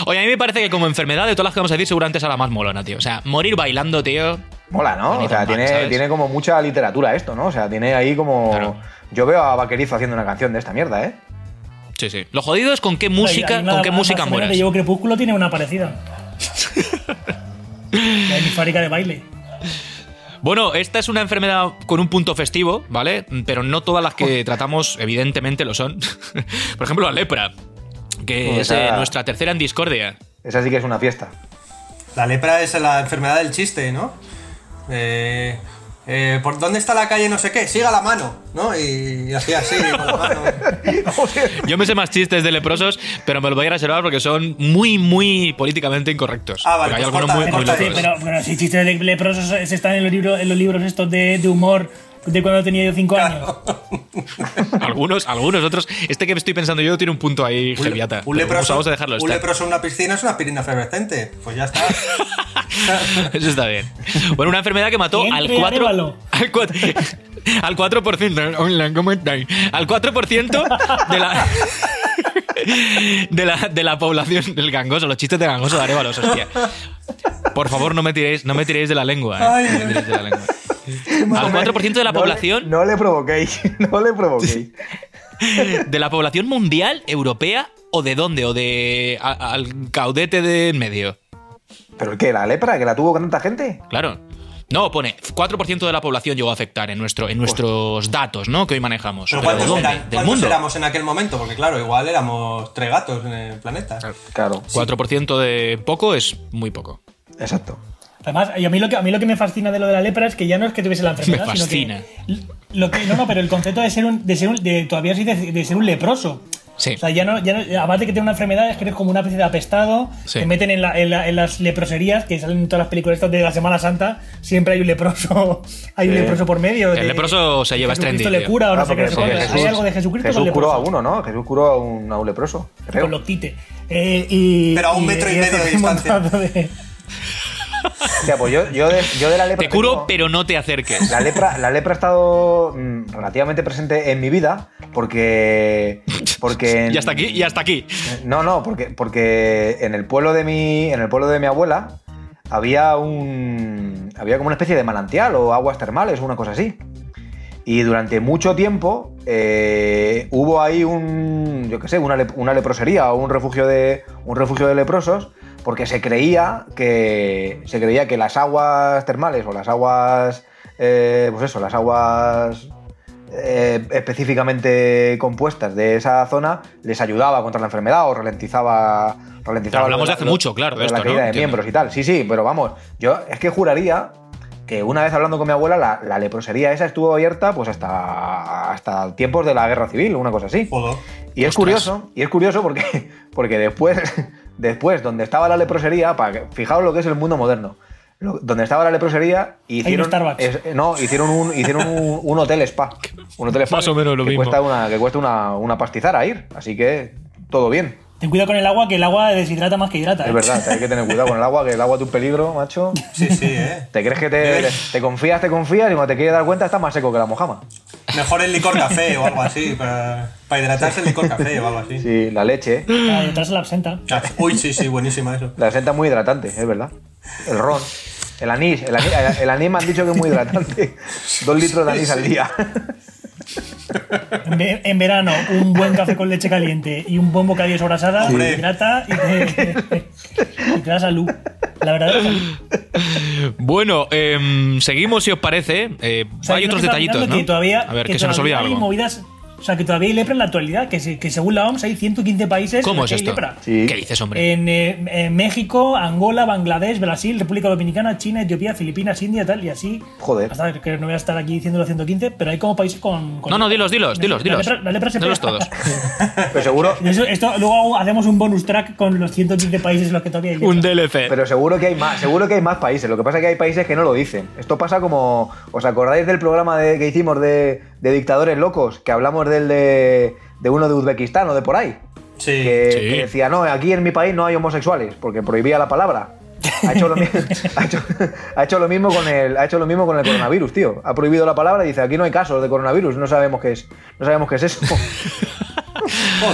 Speaker 1: Oye, a mí me parece que como enfermedad de todas las que vamos a decir seguramente es la más molona, tío. O sea, morir bailando, tío.
Speaker 3: Mola, ¿no?
Speaker 1: Bonito
Speaker 3: O sea,
Speaker 1: en plan,
Speaker 3: tiene,
Speaker 1: ¿sabes?
Speaker 3: tiene como mucha literatura esto, ¿no? O sea, tiene ahí como.
Speaker 1: Claro.
Speaker 3: Yo veo a Vaquerizo haciendo una canción de esta mierda, ¿eh?
Speaker 1: Sí, sí. Lo jodido es con qué música,
Speaker 2: Hay una-
Speaker 1: con qué
Speaker 2: una
Speaker 1: música
Speaker 2: escena
Speaker 1: mueras.
Speaker 2: de Llevo Crepúsculo tiene una parecida. la de mi fábrica de baile.
Speaker 1: Bueno, esta es una enfermedad con un punto festivo, ¿vale? Pero no todas las que tratamos, evidentemente, lo son. Por ejemplo, la lepra, que es
Speaker 3: Pues
Speaker 1: eh,
Speaker 3: esa-
Speaker 1: nuestra tercera en discordia.
Speaker 3: Esa sí que es una fiesta.
Speaker 4: La lepra es la enfermedad del chiste, ¿no? Eh, eh, ¿Por dónde está la calle no sé qué? Siga la mano, ¿no? Y, y hacía así con la mano.
Speaker 1: Yo me sé más chistes de leprosos, pero me los voy a reservar porque son muy, muy políticamente incorrectos.
Speaker 4: Ah, vale,
Speaker 1: Pero hay
Speaker 4: pues
Speaker 1: algunos muy,
Speaker 4: corta,
Speaker 1: muy
Speaker 4: corta.
Speaker 2: Sí,
Speaker 1: locos.
Speaker 2: pero, pero si chistes de leprosos se están en los libros, en los libros estos de, de humor de cuando tenía yo 5 años.
Speaker 1: Algunos, algunos, otros. Este que estoy pensando yo tiene un punto ahí,
Speaker 4: Un,
Speaker 1: Gelviata. Pero vamos-
Speaker 4: un leproso,
Speaker 1: Vamos a dejarlo
Speaker 4: un
Speaker 1: estar.
Speaker 4: leproso en una piscina es una pirina efervescente. Pues ya está.
Speaker 1: Eso está bien. Bueno, una enfermedad que mató
Speaker 2: Que
Speaker 1: al
Speaker 2: entre
Speaker 1: 4%.
Speaker 2: Arévalo.
Speaker 1: Al 4%. Al 4%. Hola, ¿cómo estáis? Al 4% de la. De la, de la población del gangoso, los chistes de gangoso de Arévalos, hostia. Por favor, no me tiréis, no me tiréis de la lengua. ¿eh?
Speaker 4: Ay,
Speaker 1: No me tiréis de la lengua. Al 4% de la
Speaker 3: No le-
Speaker 1: población,
Speaker 3: no le provoquéis, no le provoquéis.
Speaker 1: de la población mundial, europea, o de dónde, o de a- al caudete de en medio.
Speaker 3: ¿Pero qué? ¿La lepra? ¿Que la tuvo con tanta gente?
Speaker 1: Claro. No, pone 4% de la población llegó a afectar en, nuestro, en nuestros datos, ¿no? Que hoy manejamos.
Speaker 4: Pero
Speaker 1: Pero
Speaker 4: ¿cuántos,
Speaker 1: ¿dónde?
Speaker 4: eran-
Speaker 1: Del
Speaker 4: cuántos
Speaker 1: mundo.
Speaker 4: éramos en aquel momento? Porque claro, igual éramos tres gatos en el planeta.
Speaker 3: Claro,
Speaker 1: 4% de poco es muy poco.
Speaker 3: exacto.
Speaker 2: Además, y a mí, lo que, a mí lo que me fascina de lo de la lepra es que ya no es que tuviese la enfermedad,
Speaker 1: Me fascina.
Speaker 2: sino que, lo que- No, no, pero el concepto de ser un. De ser un- de- todavía sí, de, de ser un leproso.
Speaker 1: Sí.
Speaker 2: O sea, ya no, ya no- Aparte que tiene una enfermedad, es que eres como una especie de apestado.
Speaker 1: Sí.
Speaker 2: Te meten en, la- en la- en las leproserías que salen en todas las películas estas de la Semana Santa. Siempre hay un leproso. Hay un
Speaker 3: Sí.
Speaker 2: leproso por medio.
Speaker 1: El
Speaker 2: de-
Speaker 1: leproso se lleva este
Speaker 2: Jesucristo
Speaker 1: estrendillo.
Speaker 2: le cura o no
Speaker 3: Ah,
Speaker 2: sé qué, no sé
Speaker 1: porque
Speaker 2: cuánto.
Speaker 1: Jesús-
Speaker 2: Hay algo de Jesucristo
Speaker 3: Jesús
Speaker 2: con
Speaker 3: curó a
Speaker 2: leproso.
Speaker 3: uno, ¿no? Jesús curó a un, a un leproso. creo.
Speaker 2: Con Loctite. Eh, y,
Speaker 4: Pero a un metro y medio
Speaker 2: eso
Speaker 4: de
Speaker 2: es un
Speaker 4: distancia.
Speaker 2: montón de-
Speaker 3: O sea, pues yo, yo, de, yo de la lepra.
Speaker 1: Te curo,
Speaker 3: tengo-
Speaker 1: pero no te acerques.
Speaker 3: La lepra, la lepra ha estado mm, relativamente presente en mi vida porque. porque en-
Speaker 1: Y hasta aquí, y hasta aquí.
Speaker 3: No, no, porque, porque en el pueblo de mi. En el pueblo de mi abuela había un. Había como una especie de manantial o aguas termales o una cosa así. Y durante mucho tiempo eh, hubo ahí un. Yo qué sé, una, lep- una leprosería o un refugio de. un refugio de leprosos. Porque se creía que. Se creía que las aguas termales o las aguas. eh, pues eso, las aguas eh, específicamente compuestas de esa zona les ayudaba contra la enfermedad o ralentizaba. ralentizaba
Speaker 1: hablamos
Speaker 3: lo
Speaker 1: de
Speaker 3: la-
Speaker 1: hace
Speaker 3: lo-
Speaker 1: mucho, claro,
Speaker 3: lo
Speaker 1: de
Speaker 3: la
Speaker 1: esto,
Speaker 3: caída
Speaker 1: ¿no?
Speaker 3: de
Speaker 1: Entiendo.
Speaker 3: miembros y tal. Sí, sí, pero vamos, yo es que juraría que una vez hablando con mi abuela, la, la leprosería esa estuvo abierta pues hasta, hasta tiempos de la guerra civil, una cosa así.
Speaker 4: Joder.
Speaker 3: Y es
Speaker 1: Ostras.
Speaker 3: curioso, y es curioso porque, porque después, después, donde estaba la leprosería, para que, fijaos lo que es el mundo moderno. Lo- donde estaba la leprosería, hicieron.
Speaker 2: Starbucks.
Speaker 3: es- no, hicieron un, hicieron un, un hotel spa. Un hotel spa
Speaker 1: Más o menos lo
Speaker 3: que
Speaker 1: mismo.
Speaker 3: Cuesta una, que cuesta una, una pastizara ir. Así que todo bien.
Speaker 2: Ten cuidado con el agua, que el agua deshidrata más que hidrata. ¿eh?
Speaker 3: Es verdad, hay que tener cuidado con el agua, que el agua es un peligro, macho.
Speaker 4: Sí, sí, eh.
Speaker 3: Te crees que te, te confías, te confías, y cuando te quieres dar cuenta está más seco que la mojama.
Speaker 4: Mejor el licor café o algo así, para, para hidratarse el licor café o algo así.
Speaker 3: Sí, la leche, ¿eh?
Speaker 2: Ah, detrás se la absenta.
Speaker 4: Ah, Uy, sí, sí, buenísima eso.
Speaker 3: la senta muy hidratante, es verdad. El ron, el anís, el anís, el anís me han dicho que es muy hidratante. Dos litros de anís al día.
Speaker 2: En, ve- en verano, un buen café con leche caliente y un buen bocadillo de sobrasada
Speaker 4: Hombre.
Speaker 2: te hidrata y te, y te da salud. La verdadera salud.
Speaker 1: Bueno, em, seguimos si os parece. Eh,
Speaker 2: O sea,
Speaker 1: hay
Speaker 2: yo lo
Speaker 1: otros
Speaker 2: que estaba
Speaker 1: detallitos,
Speaker 2: mirando
Speaker 1: ¿no?
Speaker 2: que todavía,
Speaker 1: a ver, que, se nos
Speaker 2: todavía
Speaker 1: olvida
Speaker 2: hay
Speaker 1: algo.
Speaker 2: movidas- o sea, que todavía hay lepra en la actualidad, que, se- que según la OMS hay 115 países
Speaker 1: ¿Cómo
Speaker 2: en los
Speaker 1: es
Speaker 2: que
Speaker 1: esto?
Speaker 2: hay lepra.
Speaker 3: Sí.
Speaker 1: ¿Qué dices, hombre?
Speaker 2: En, eh, en México, Angola, Bangladesh, Brasil, República Dominicana, China, Etiopía, Filipinas, India, tal, y así.
Speaker 3: Joder.
Speaker 2: Hasta que no voy a estar aquí diciendo los 115, pero hay como países con. con
Speaker 1: no, no, dilos, dilos,
Speaker 2: La
Speaker 1: dilos, dilos.
Speaker 2: lepra- la lepra se
Speaker 1: dilos
Speaker 2: pega.
Speaker 1: todos.
Speaker 3: Pero seguro,
Speaker 2: Y eso- esto, luego hacemos un bonus track con los 115 países en los que todavía hay. lepra.
Speaker 1: Un DLC.
Speaker 3: pero seguro que hay más, seguro que hay más países. Lo que pasa es que hay países que no lo dicen. Esto pasa como. ¿Os acordáis del programa de- que hicimos de, de dictadores locos? Que hablamos del de, de uno de Uzbekistán o de por ahí.
Speaker 4: Sí.
Speaker 3: que,
Speaker 1: Sí.
Speaker 3: que decía, no, aquí en mi país no hay homosexuales, porque prohibía la palabra. Ha hecho, lo, mi- ha, hecho, ha hecho lo mismo con el ha hecho lo mismo con el coronavirus, tío. Ha prohibido la palabra y dice, aquí no hay casos de coronavirus, no sabemos qué es, no sabemos qué es eso.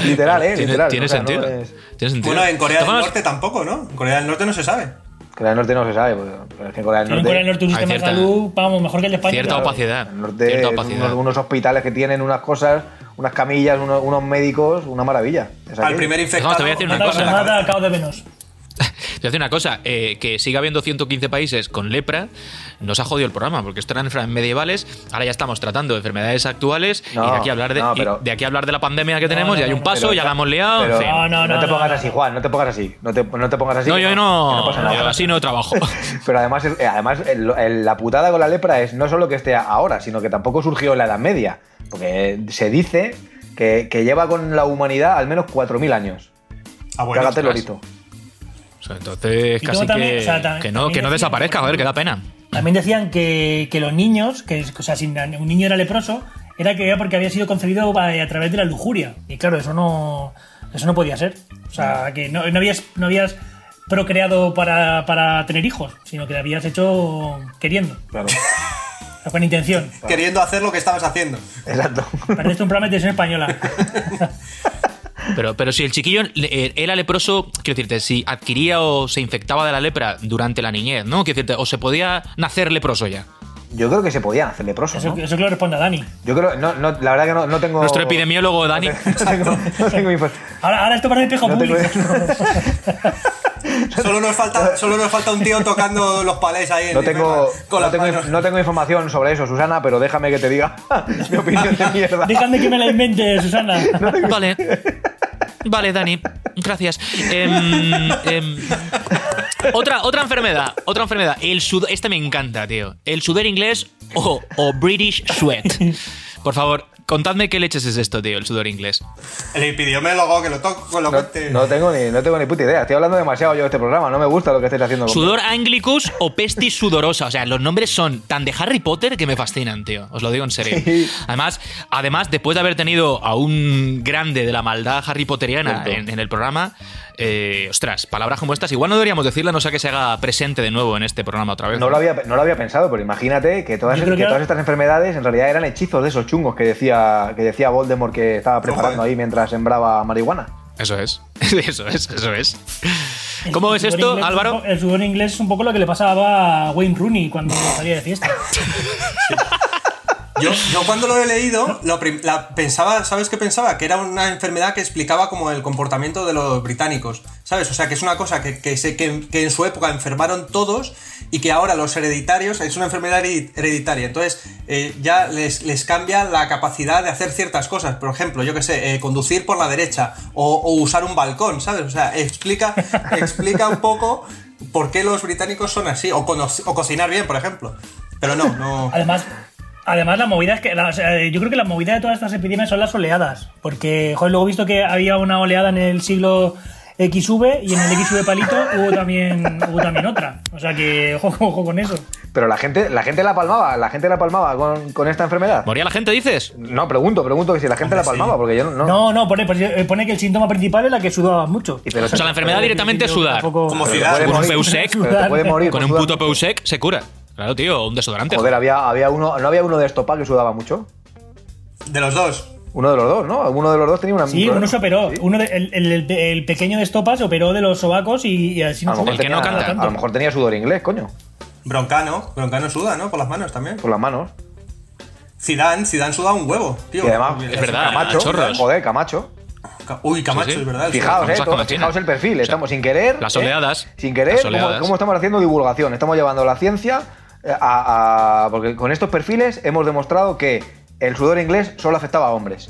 Speaker 3: literal, eh,
Speaker 1: tiene,
Speaker 3: literal.
Speaker 1: tiene
Speaker 3: o sea, no
Speaker 1: sentido.
Speaker 3: es-
Speaker 1: Tiene sentido.
Speaker 4: Bueno, en Corea
Speaker 1: De
Speaker 4: del
Speaker 1: todas
Speaker 4: Norte tampoco, ¿no? En Corea del Norte no se sabe.
Speaker 3: Corea del Norte no se sabe, pues, pero es que Corea del
Speaker 2: Tienen
Speaker 3: Norte,
Speaker 2: Corea del Norte un
Speaker 1: Hay
Speaker 2: sistema de
Speaker 1: Ah, cierta-
Speaker 2: salud, vamos, mejor que el de España.
Speaker 1: Cierta
Speaker 2: claro.
Speaker 1: opacidad.
Speaker 3: el norte
Speaker 1: Cierta
Speaker 3: es
Speaker 1: opacidad.
Speaker 3: unos, unos hospitales que tienen unas cosas, unas camillas, unos, unos médicos, una maravilla. Es
Speaker 4: Al
Speaker 3: aquello.
Speaker 4: primer infectado.
Speaker 1: Vamos, te voy a decir una
Speaker 2: Mata-
Speaker 1: cosa.
Speaker 2: se mata al cabo de menos.
Speaker 1: Te hace una cosa, eh, que siga habiendo 115 países con lepra, nos ha jodido el programa, porque esto eran enfermedades medievales, ahora ya estamos tratando de enfermedades actuales y
Speaker 3: No,
Speaker 1: de aquí hablar de,
Speaker 3: no,
Speaker 1: y
Speaker 3: pero-
Speaker 1: de aquí hablar de la pandemia que tenemos,
Speaker 2: no,
Speaker 1: y hay
Speaker 2: no,
Speaker 1: un
Speaker 2: no,
Speaker 1: paso,
Speaker 3: pero-
Speaker 1: ya la hemos liado. en
Speaker 3: Pero
Speaker 1: fin.
Speaker 2: No, no, no,
Speaker 3: te
Speaker 2: no,
Speaker 3: pongas
Speaker 2: no.
Speaker 3: así, Juan, no te pongas así. No te, no te pongas así.
Speaker 1: No,
Speaker 3: que
Speaker 1: yo
Speaker 3: que
Speaker 1: no,
Speaker 3: pasa nada.
Speaker 1: yo así no trabajo.
Speaker 3: Pero además, eh, además el- el- la putada con la lepra es no solo que esté ahora, sino que tampoco surgió en la Edad Media. Porque se dice que, que lleva con la humanidad al menos 4.000 años.
Speaker 4: Ah, bueno,
Speaker 3: Cágate,
Speaker 4: ostras.
Speaker 3: Lorito.
Speaker 1: O sea, entonces,
Speaker 2: Y
Speaker 1: casi
Speaker 2: luego también-
Speaker 1: que,
Speaker 2: o sea, también-
Speaker 1: que no,
Speaker 2: también
Speaker 1: que no
Speaker 2: decían-
Speaker 1: desaparezca, joder, que da pena.
Speaker 2: También decían que, que los niños, que es- o sea, si na- un niño era leproso, era que era porque había sido concebido eh, a, a través de la lujuria. Y claro, eso no, eso no podía ser. O sea, que no, no habías, no habías procreado para, para tener hijos, sino que lo habías hecho queriendo,
Speaker 3: Claro.
Speaker 2: o sea, con intención.
Speaker 4: Queriendo hacer lo que estabas haciendo.
Speaker 3: Exacto.
Speaker 2: Perdiste un programa de televisión española.
Speaker 1: Pero, pero si el chiquillo le- eh, era leproso, quiero decirte, si adquiría o se infectaba de la lepra durante la niñez, ¿no? Quiero decirte, o se podía nacer leproso ya.
Speaker 3: Yo creo que se podían hacer leprosos,
Speaker 2: Eso,
Speaker 3: ¿no?
Speaker 2: eso que lo responde a Dani.
Speaker 3: Yo creo, no, no, la verdad que no, no tengo.
Speaker 1: Nuestro epidemiólogo, Dani.
Speaker 3: No tengo, no tengo info-
Speaker 2: Ahora, ahora esto parece espejo
Speaker 3: no tengo-
Speaker 2: público.
Speaker 4: Solo nos falta, solo nos falta un tío tocando los palés ahí en
Speaker 3: no tengo-
Speaker 4: Irlanda con
Speaker 3: no
Speaker 4: las
Speaker 3: tengo-
Speaker 4: manos.
Speaker 3: no tengo información sobre eso, Susana, pero déjame que te diga mi opinión de mierda.
Speaker 2: Déjame que me la invente, Susana.
Speaker 1: Vale. Vale, Dani. Gracias. Em, em, Otra, otra enfermedad, otra enfermedad. El sud este me encanta, tío. El sudor inglés o, o British sweat. Por favor, contadme qué leches es esto, tío, el sudor inglés.
Speaker 4: El epidemiólogo que lo toco,
Speaker 3: No,
Speaker 4: lo cuente.
Speaker 3: no tengo ni, no tengo ni puta idea. Estoy hablando demasiado yo de este programa. No me gusta lo que estáis haciendo. con-
Speaker 1: Sudor anglicus o pestis sudorosa. O sea, los nombres son tan de Harry Potter que me fascinan, tío. Os lo digo en serio. Además, además después de haber tenido a un grande de la maldad Harry Potteriana en, en el programa, eh, ostras, palabras como estas, igual no deberíamos decirlas, no sea que se haga presente de nuevo en este programa otra vez.
Speaker 3: No lo, había, no lo había pensado, pero imagínate que todas,
Speaker 2: Yo creo
Speaker 3: que
Speaker 2: que-
Speaker 3: todas estas enfermedades en realidad eran hechizos de esos chungos que decía, que decía Voldemort que estaba preparando
Speaker 4: Ojalá.
Speaker 3: ahí mientras sembraba marihuana.
Speaker 1: Eso es. Eso es, eso es.
Speaker 2: El
Speaker 1: ¿Cómo es
Speaker 2: sudor
Speaker 1: esto,
Speaker 2: inglés-
Speaker 1: Álvaro?
Speaker 2: El sudor inglés es un poco lo que le pasaba a Wayne Rooney cuando salía de fiesta.
Speaker 4: Yo, yo cuando lo he leído, lo prim- la, pensaba, ¿sabes qué pensaba? Que era una enfermedad que explicaba como el comportamiento de los británicos, ¿sabes? O sea, que es una cosa que, que, se- que- que en su época enfermaron todos y que ahora los hereditarios, es una enfermedad hered- hereditaria, entonces eh, ya les, les cambia la capacidad de hacer ciertas cosas, por ejemplo, yo qué sé, eh, conducir por la derecha o, o usar un balcón, ¿sabes? O sea, explica, explica un poco por qué los británicos son así, o, cono- o cocinar bien, por ejemplo. Pero no, no...
Speaker 2: Además, además la movida es que. la- o sea, eh, yo creo que la movida de todas estas epidemias son las oleadas. Porque, joder, luego he visto que había una oleada en el siglo XV y en el XV palito hubo también, hubo también otra. O sea que, ojo, ojo con eso.
Speaker 3: Pero la gente, la gente la palmaba, la gente la palmaba con, con esta enfermedad.
Speaker 1: ¿Moría la gente, dices?
Speaker 3: No, pregunto, pregunto que si la gente la palmaba, porque yo no.
Speaker 2: No, no, pone, pues, pone que el síntoma principal es la que sudabas mucho.
Speaker 3: Y pero-
Speaker 1: O sea, la enfermedad directamente es sudar.
Speaker 2: Tampoco-
Speaker 4: Como
Speaker 3: pero te
Speaker 4: ciudad,
Speaker 3: puede
Speaker 4: Con un
Speaker 3: morir.
Speaker 1: Feusec.
Speaker 3: Pero te puede morir.
Speaker 1: Con un
Speaker 3: por
Speaker 1: puto
Speaker 3: sudar.
Speaker 1: Peusec se cura. Claro, tío, o un desodorante.
Speaker 3: Joder, había, había uno, ¿no había uno de Estopa que sudaba mucho?
Speaker 4: De los dos.
Speaker 3: Uno de los dos, ¿no? Uno de los dos tenía una.
Speaker 2: Sí, uno se operó. Uno de- el, el- el pequeño de Estopa se operó de los sobacos y, y así
Speaker 3: A lo,
Speaker 2: se-
Speaker 3: mejor
Speaker 1: El que
Speaker 3: tenía,
Speaker 1: no canta.
Speaker 3: a lo mejor tenía sudor inglés, coño.
Speaker 4: Broncano, Broncano suda, ¿no? Por las manos también.
Speaker 3: Por las manos.
Speaker 4: Zidane, Zidane suda un huevo, tío.
Speaker 3: Y además,
Speaker 1: Es verdad,
Speaker 3: Camacho.
Speaker 1: chorros.
Speaker 3: Joder, Camacho.
Speaker 4: Ca- Uy, Camacho,
Speaker 1: Sí, sí.
Speaker 4: es verdad. el
Speaker 3: Fijaos,
Speaker 4: suda.
Speaker 3: eh,
Speaker 1: Vamos a
Speaker 3: todos,
Speaker 1: Camachina.
Speaker 3: fijaos el perfil.
Speaker 1: O sea,
Speaker 3: estamos sin querer.
Speaker 1: las
Speaker 3: ¿eh?
Speaker 1: oleadas.
Speaker 3: Sin querer,
Speaker 1: Las
Speaker 3: ¿cómo-
Speaker 1: oleadas.
Speaker 3: ¿cómo, estamos haciendo divulgación? Estamos llevando la ciencia eh, a, a- Porque con estos perfiles hemos demostrado que el sudor inglés solo afectaba a hombres.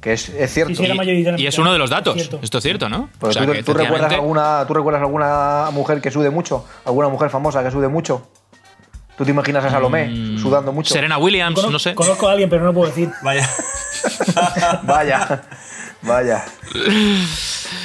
Speaker 3: Que es, es cierto.
Speaker 2: Sí, sí, era mayor-
Speaker 1: Y, y es uno de los datos.
Speaker 2: Cierto.
Speaker 1: Esto es cierto, ¿no?
Speaker 3: Pero
Speaker 1: O sea,
Speaker 3: tú,
Speaker 1: que
Speaker 3: tú recuerdas
Speaker 1: efectivamente-
Speaker 3: alguna, ¿Tú recuerdas alguna mujer que sude mucho? ¿Alguna mujer famosa que sude mucho? ¿Tú te imaginas a Salomé sudando mucho?
Speaker 1: Mm, Serena Williams,
Speaker 2: Cono-
Speaker 1: no sé.
Speaker 2: Conozco a alguien, pero no lo puedo decir.
Speaker 4: Vaya.
Speaker 3: Vaya, vaya.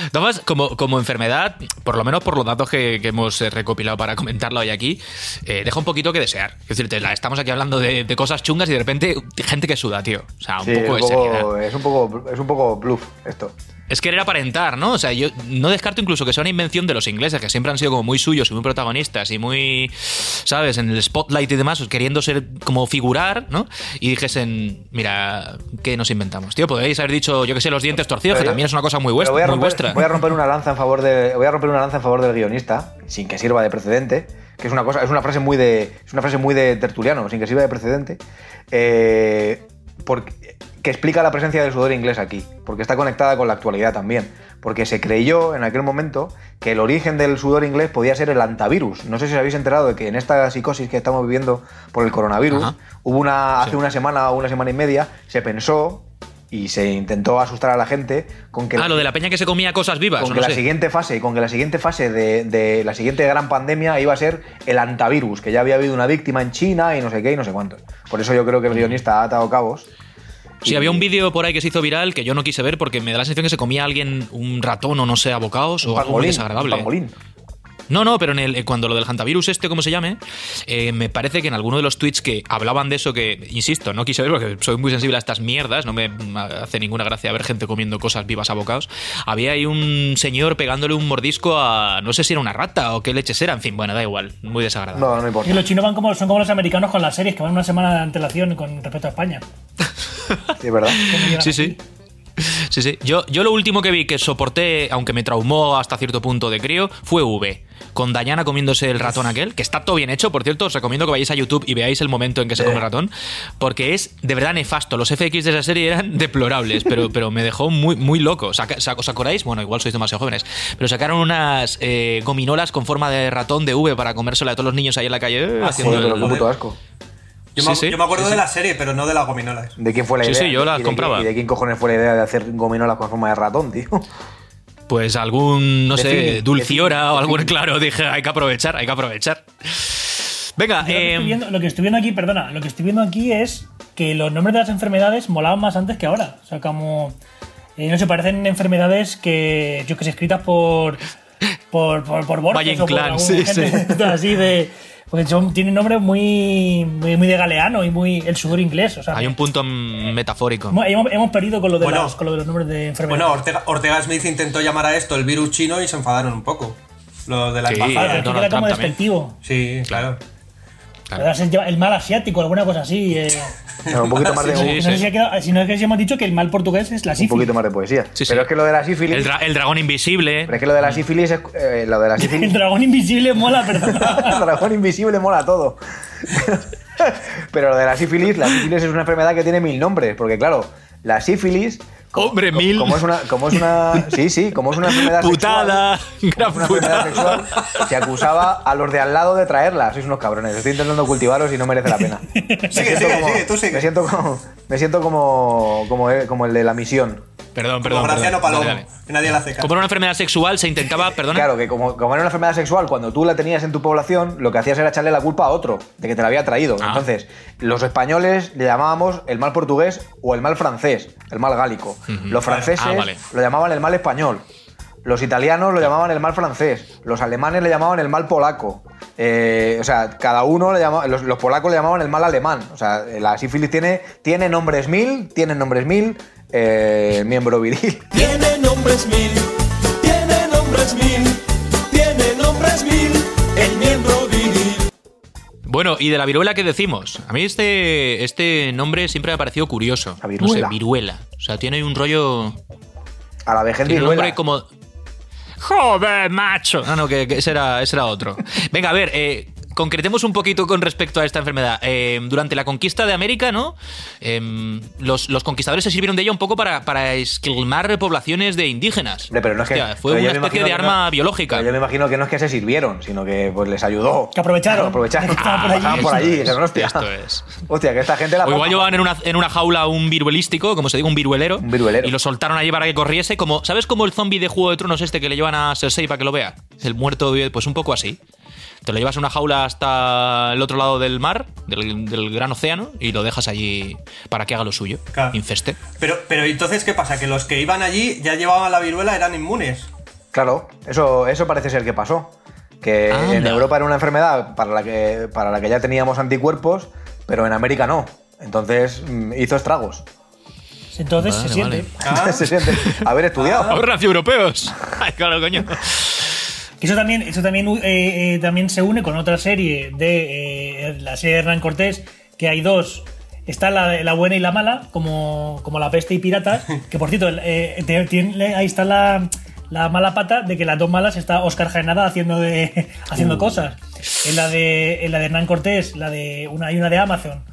Speaker 1: Entonces, como, como enfermedad, por lo menos por los datos que, que hemos eh, recopilado para comentarlo hoy aquí, eh, deja un poquito que desear. Es decir, te la- estamos aquí hablando de, de cosas chungas y de repente gente que suda, tío. O sea, un
Speaker 3: Sí,
Speaker 1: poco de
Speaker 3: es, un
Speaker 1: seriedad.
Speaker 3: poco, es, un poco, es un poco bluff esto.
Speaker 1: Es querer aparentar, ¿no? O sea, yo no descarto incluso que sea una invención de los ingleses, que siempre han sido como muy suyos y muy protagonistas y muy, ¿sabes? En el spotlight y demás, queriendo ser como figurar, ¿no? Y dijesen, mira, ¿qué nos inventamos? Tío, podríais haber dicho, yo que sé, los dientes torcidos,
Speaker 3: Pero
Speaker 1: que
Speaker 3: yo-
Speaker 1: también es una cosa muy, vuest-
Speaker 3: Pero voy a
Speaker 1: muy
Speaker 3: romper,
Speaker 1: vuestra.
Speaker 3: voy a romper una lanza en favor de, voy a romper una lanza en favor del guionista, sin que sirva de precedente, que es una cosa, es una frase muy de, es una frase muy de tertuliano, sin que sirva de precedente, eh, porque- que explica la presencia del sudor inglés aquí, porque está conectada con la actualidad también, porque se creyó en aquel momento que el origen del sudor inglés podía ser el antivirus. No sé si os habéis enterado de que en esta psicosis que estamos viviendo por el coronavirus,
Speaker 1: Ajá.
Speaker 3: hubo una hace una semana o una semana y media se pensó y se intentó asustar a la gente con que
Speaker 1: Ah, lo de la peña que se comía cosas vivas. o
Speaker 3: con que
Speaker 1: no
Speaker 3: la
Speaker 1: sé.
Speaker 3: siguiente fase, con que la siguiente fase de, de la siguiente gran pandemia iba a ser el antivirus, que ya había habido una víctima en China y no sé qué y no sé cuánto. Por eso yo creo que el guionista ha atado cabos.
Speaker 1: Mm. Sí, había un vídeo por ahí que se hizo viral que yo no quise ver porque me da la sensación que se comía alguien un ratón o no sé, abocados o algo muy
Speaker 3: Pangolín,
Speaker 1: desagradable. ¿eh?
Speaker 3: pangolín.
Speaker 1: No, no, pero en el, eh, cuando lo del hantavirus este, como se llame, eh, me parece que en alguno de los tweets que hablaban de eso, que, insisto, no quise ver porque soy muy sensible a estas mierdas, no me mm, hace ninguna gracia ver gente comiendo cosas vivas a bocados, había ahí un señor pegándole un mordisco a, no sé si era una rata o qué leches era, en fin, bueno, da igual, muy desagradable.
Speaker 3: No, no
Speaker 2: Y
Speaker 3: importa.
Speaker 2: los chinos van como, son como los americanos con las series, que van una semana de antelación con respecto a España.
Speaker 3: Sí, es verdad.
Speaker 2: Que no llegan
Speaker 1: Sí,
Speaker 2: aquí.
Speaker 1: sí. Sí, sí. Yo, yo lo último que vi que soporté, aunque me traumó hasta cierto punto de crío, fue V. Con Dayana comiéndose el ratón aquel, que está todo bien hecho, por cierto, os recomiendo que vayáis a YouTube y veáis el momento en que se
Speaker 3: Eh.
Speaker 1: come el ratón, porque es de verdad nefasto. Los FX de esa serie eran deplorables, pero, pero me dejó muy, muy loco. Saca- sa- ¿Os acordáis? Bueno, igual sois demasiado jóvenes, pero sacaron unas eh, gominolas con forma de ratón de V para comérsela a todos los niños ahí en la calle. eh, haciendo
Speaker 3: Ah, Joder, pero qué
Speaker 1: el-
Speaker 3: puto asco.
Speaker 4: Yo,
Speaker 1: Sí,
Speaker 4: me,
Speaker 1: sí,
Speaker 4: yo me acuerdo
Speaker 1: sí,
Speaker 4: de
Speaker 1: sí.
Speaker 4: la serie, pero no de las gominolas.
Speaker 3: ¿De quién fue la
Speaker 1: Sí,
Speaker 3: idea?
Speaker 1: sí, yo las
Speaker 3: ¿Y de quién-
Speaker 1: compraba.
Speaker 3: ¿Y de quién cojones fue la idea de hacer gominolas con forma de ratón, tío?
Speaker 1: pues algún, no sé,
Speaker 3: Define,
Speaker 1: dulciora
Speaker 3: define,
Speaker 1: o algún,
Speaker 3: define.
Speaker 1: claro, dije, hay que aprovechar, hay que aprovechar. Venga,
Speaker 2: Yo lo, que
Speaker 1: eh,
Speaker 2: estoy viendo, lo que estoy viendo aquí, perdona, lo que estoy viendo aquí es que los nombres de las enfermedades molaban más antes que ahora. O sea, como. eh, no se parecen enfermedades que. Yo que sé, escritas por. Por, por, por Borges
Speaker 1: Valle
Speaker 2: o por
Speaker 1: Inclán,
Speaker 2: algún
Speaker 1: sí,
Speaker 2: gente así de. Porque son, tienen nombres muy, muy, muy de galeano y muy. el sudor inglés. O sea,
Speaker 1: hay un punto mm, metafórico.
Speaker 2: hemos, hemos- hemos perdido con lo, de
Speaker 4: Bueno.
Speaker 2: los, con lo de los nombres de enfermedades.
Speaker 4: Bueno, Ortega, Ortega Smith intentó llamar a esto el virus chino y se enfadaron un poco. Lo de la
Speaker 1: Sí.
Speaker 2: Claro,
Speaker 4: embajada.
Speaker 2: pero
Speaker 1: Donald
Speaker 2: es que queda como
Speaker 1: Trump también.
Speaker 2: despectivo.
Speaker 4: Sí, claro.
Speaker 1: Claro.
Speaker 2: Ahora se lleva El mal asiático, alguna cosa así. eh.
Speaker 3: Claro, un poquito más de,
Speaker 1: Sí,
Speaker 2: No sé si, ha quedado- si no es que si hemos dicho que el mal portugués es la
Speaker 3: un
Speaker 2: sífilis.
Speaker 3: poquito más de poesía.
Speaker 1: Sí, sí.
Speaker 3: Pero es que lo de la
Speaker 1: El,
Speaker 3: sífilis.
Speaker 1: dra- el dragón invisible.
Speaker 3: Pero es que lo de la sífilis es. eh, lo de la
Speaker 2: El
Speaker 3: sífilis.
Speaker 2: dragón invisible mola,
Speaker 3: el
Speaker 2: perdón.
Speaker 3: dragón invisible mola todo. Pero lo de la sífilis, la sífilis es una enfermedad que tiene mil nombres. Porque, claro, la sífilis. co-
Speaker 1: Hombre,
Speaker 3: co-
Speaker 1: mil.
Speaker 3: Como es una. Como es una sí, sí, como es una enfermedad
Speaker 1: Putada,
Speaker 3: sexual.
Speaker 1: gran
Speaker 3: una enfermedad
Speaker 1: putada.
Speaker 3: sexual, se acusaba a los de al lado de traerla. Sois unos cabrones. Estoy intentando cultivaros y no merece la pena. Me
Speaker 4: Sigue, sigue, sigue, tú sigue.
Speaker 3: Me siento como, me siento como, como, el, como el de la misión.
Speaker 1: Perdón,
Speaker 4: Como
Speaker 1: perdón.
Speaker 4: Graciano
Speaker 1: perdón.
Speaker 4: Palomo.
Speaker 1: Dale, dale.
Speaker 4: que Nadie la hace caso.
Speaker 1: Como era una enfermedad sexual, se intentaba, perdona.
Speaker 3: Claro, que como, como era una enfermedad sexual, cuando tú la tenías en tu población, lo que hacías era echarle la culpa a otro, de que te la había traído.
Speaker 1: Ah.
Speaker 3: Entonces, los españoles le llamábamos el mal portugués o el mal francés, el mal gálico. Los franceses
Speaker 1: Ah, vale.
Speaker 3: lo llamaban el mal español. Los italianos lo llamaban el mal francés. Los alemanes le llamaban el mal polaco. Eh, o sea, cada uno le llamaba, los, los polacos le llamaban el mal alemán. O sea, eh, la sífilis tiene, tiene nombres mil, tiene nombres mil, eh, miembro viril.
Speaker 5: Tiene nombres mil, tiene nombres mil, tiene nombres mil, el miembro viril.
Speaker 1: Bueno, ¿y de la viruela qué decimos? A mí este, este nombre siempre me ha parecido curioso.
Speaker 3: La
Speaker 1: No sé,
Speaker 3: viruela.
Speaker 1: viruela. O sea, tiene un rollo.
Speaker 3: A la vejez
Speaker 1: Tiene un
Speaker 3: viruela.
Speaker 1: nombre como. ¡Joder, macho! Ah, no, que, que ese, era, ese era otro. Venga, a ver, eh, concretemos un poquito con respecto a esta enfermedad. Eh, durante la conquista de América, ¿no? Em, los, los conquistadores se sirvieron de ella un poco para, para esquilmar poblaciones de indígenas.
Speaker 3: Hombre, pero no es que.
Speaker 1: Hostia, fue
Speaker 3: pero yo
Speaker 1: una
Speaker 3: me
Speaker 1: especie
Speaker 3: imagino
Speaker 1: de
Speaker 3: que no-
Speaker 1: arma biológica.
Speaker 3: pero Yo me imagino que no es que se sirvieron, sino que pues les ayudó.
Speaker 2: Que aprovecharon.
Speaker 3: aprovecharon.
Speaker 2: Que estaban por allí.
Speaker 3: Estaban por allí.
Speaker 1: Esto
Speaker 3: dijeron,
Speaker 1: es,
Speaker 3: hostia.
Speaker 1: esto es.
Speaker 3: Hostia, que esta gente la.
Speaker 1: O igual
Speaker 3: papa.
Speaker 1: llevaban en una, en una jaula un viruelístico, como se dice, un viruelero.
Speaker 3: Un viruelero.
Speaker 1: Y lo soltaron allí para que corriese. Como, ¿Sabes como el zombie de Juego de Tronos este que le llevan a Cersei para que lo vea? El muerto, vive- pues un poco así. Te lo llevas en una jaula hasta el otro lado del mar, del, del gran océano, y lo dejas allí para que haga lo suyo.
Speaker 4: Claro.
Speaker 1: Infeste.
Speaker 4: Pero, pero entonces, ¿qué pasa? Que los que iban allí ya llevaban la viruela eran inmunes.
Speaker 3: Claro, eso, eso parece ser que pasó. Que
Speaker 1: Anda.
Speaker 3: en Europa era una enfermedad para la, que, para la que ya teníamos anticuerpos, pero en América no. Entonces mm, hizo estragos.
Speaker 2: Entonces se
Speaker 1: Vale,
Speaker 2: siente.
Speaker 1: vale.
Speaker 4: Ah.
Speaker 3: se siente. Haber estudiado.
Speaker 1: ¡Ahora europeos! Ay, claro, coño.
Speaker 2: Que Eso también, eso también, eh, eh, también se une con otra serie de eh, la serie de Hernán Cortés, que hay dos. Está la, la buena y la mala, como, como la peste y piratas. Que por cierto, el, eh, te- tiene- ahí está la, la mala pata de que las dos malas está Oscar Jaenada haciendo de haciendo cosas. En la de, en la de Hernán Cortés, la de una, hay una de Amazon,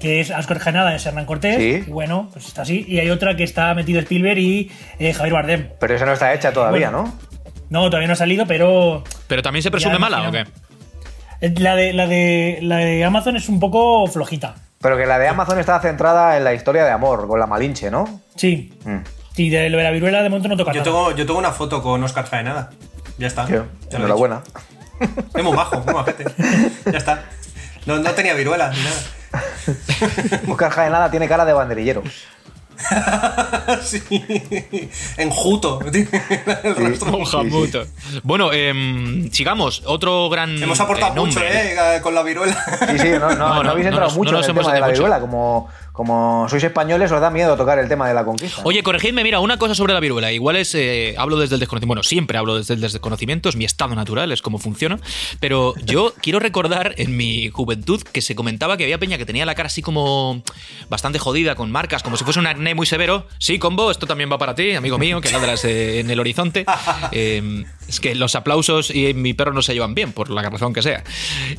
Speaker 2: que es Oscar Jaenada es Hernán Cortés.
Speaker 3: Sí.
Speaker 2: y Bueno, pues está así. Y hay otra que está metido Spielberg y eh, Javier Bardem.
Speaker 3: Pero esa no está hecha todavía,
Speaker 2: Bueno.
Speaker 3: ¿no?
Speaker 2: No, todavía no ha salido, pero
Speaker 1: ¿Pero también se presume
Speaker 2: Ya,
Speaker 1: mala o qué?
Speaker 2: imagino. Eh, La de, la, de, la de Amazon es un poco flojita.
Speaker 3: Pero que la de Amazon está centrada en la historia de amor, con la Malinche, ¿no?
Speaker 2: Sí.
Speaker 3: Mm.
Speaker 2: Y de lo de la viruela de momento no toca
Speaker 4: Yo
Speaker 2: nada.
Speaker 4: tengo, yo tengo una foto con Oscar Jaenada.
Speaker 1: Ah.
Speaker 4: Ya está.
Speaker 3: Tío,
Speaker 4: Ya lo he dicho.
Speaker 3: enhorabuena.
Speaker 4: Es muy bajo, muy bajete. Ya está. No, no tenía viruela ni nada.
Speaker 3: Oscar Jaenada tiene cara de banderillero.
Speaker 4: Sí. Enjuto. Tiene el rostro.
Speaker 1: Hoja
Speaker 3: sí.
Speaker 1: puta. Bueno, em, sigamos. Otro gran.
Speaker 4: Hemos aportado
Speaker 1: eh,
Speaker 4: mucho,
Speaker 1: nombre.
Speaker 4: eh, con la viruela.
Speaker 3: Sí, sí, no, no,
Speaker 1: No,
Speaker 3: no,
Speaker 1: no,
Speaker 3: habéis
Speaker 1: no
Speaker 3: entrado
Speaker 1: nos-
Speaker 3: mucho
Speaker 1: no
Speaker 3: en
Speaker 1: nos
Speaker 3: el
Speaker 1: hemos
Speaker 3: tema de la
Speaker 1: metido
Speaker 3: viruela. Como, como sois españoles, os da miedo tocar el tema de la conquista.
Speaker 1: Oye, corregidme, mira, una cosa sobre la viruela. Igual es. eh, hablo desde el desconocimiento. Bueno, siempre hablo desde el desconocimiento, es mi estado natural, es como funciona. Pero yo quiero recordar en mi juventud que se comentaba que había peña que tenía la cara así como bastante jodida, con marcas, como si fuese un acné muy severo. Sí, combo, esto también va para ti, amigo mío, que ladras eh, en el horizonte. Eh, es que los aplausos y mi perro no se llevan bien, por la razón que sea.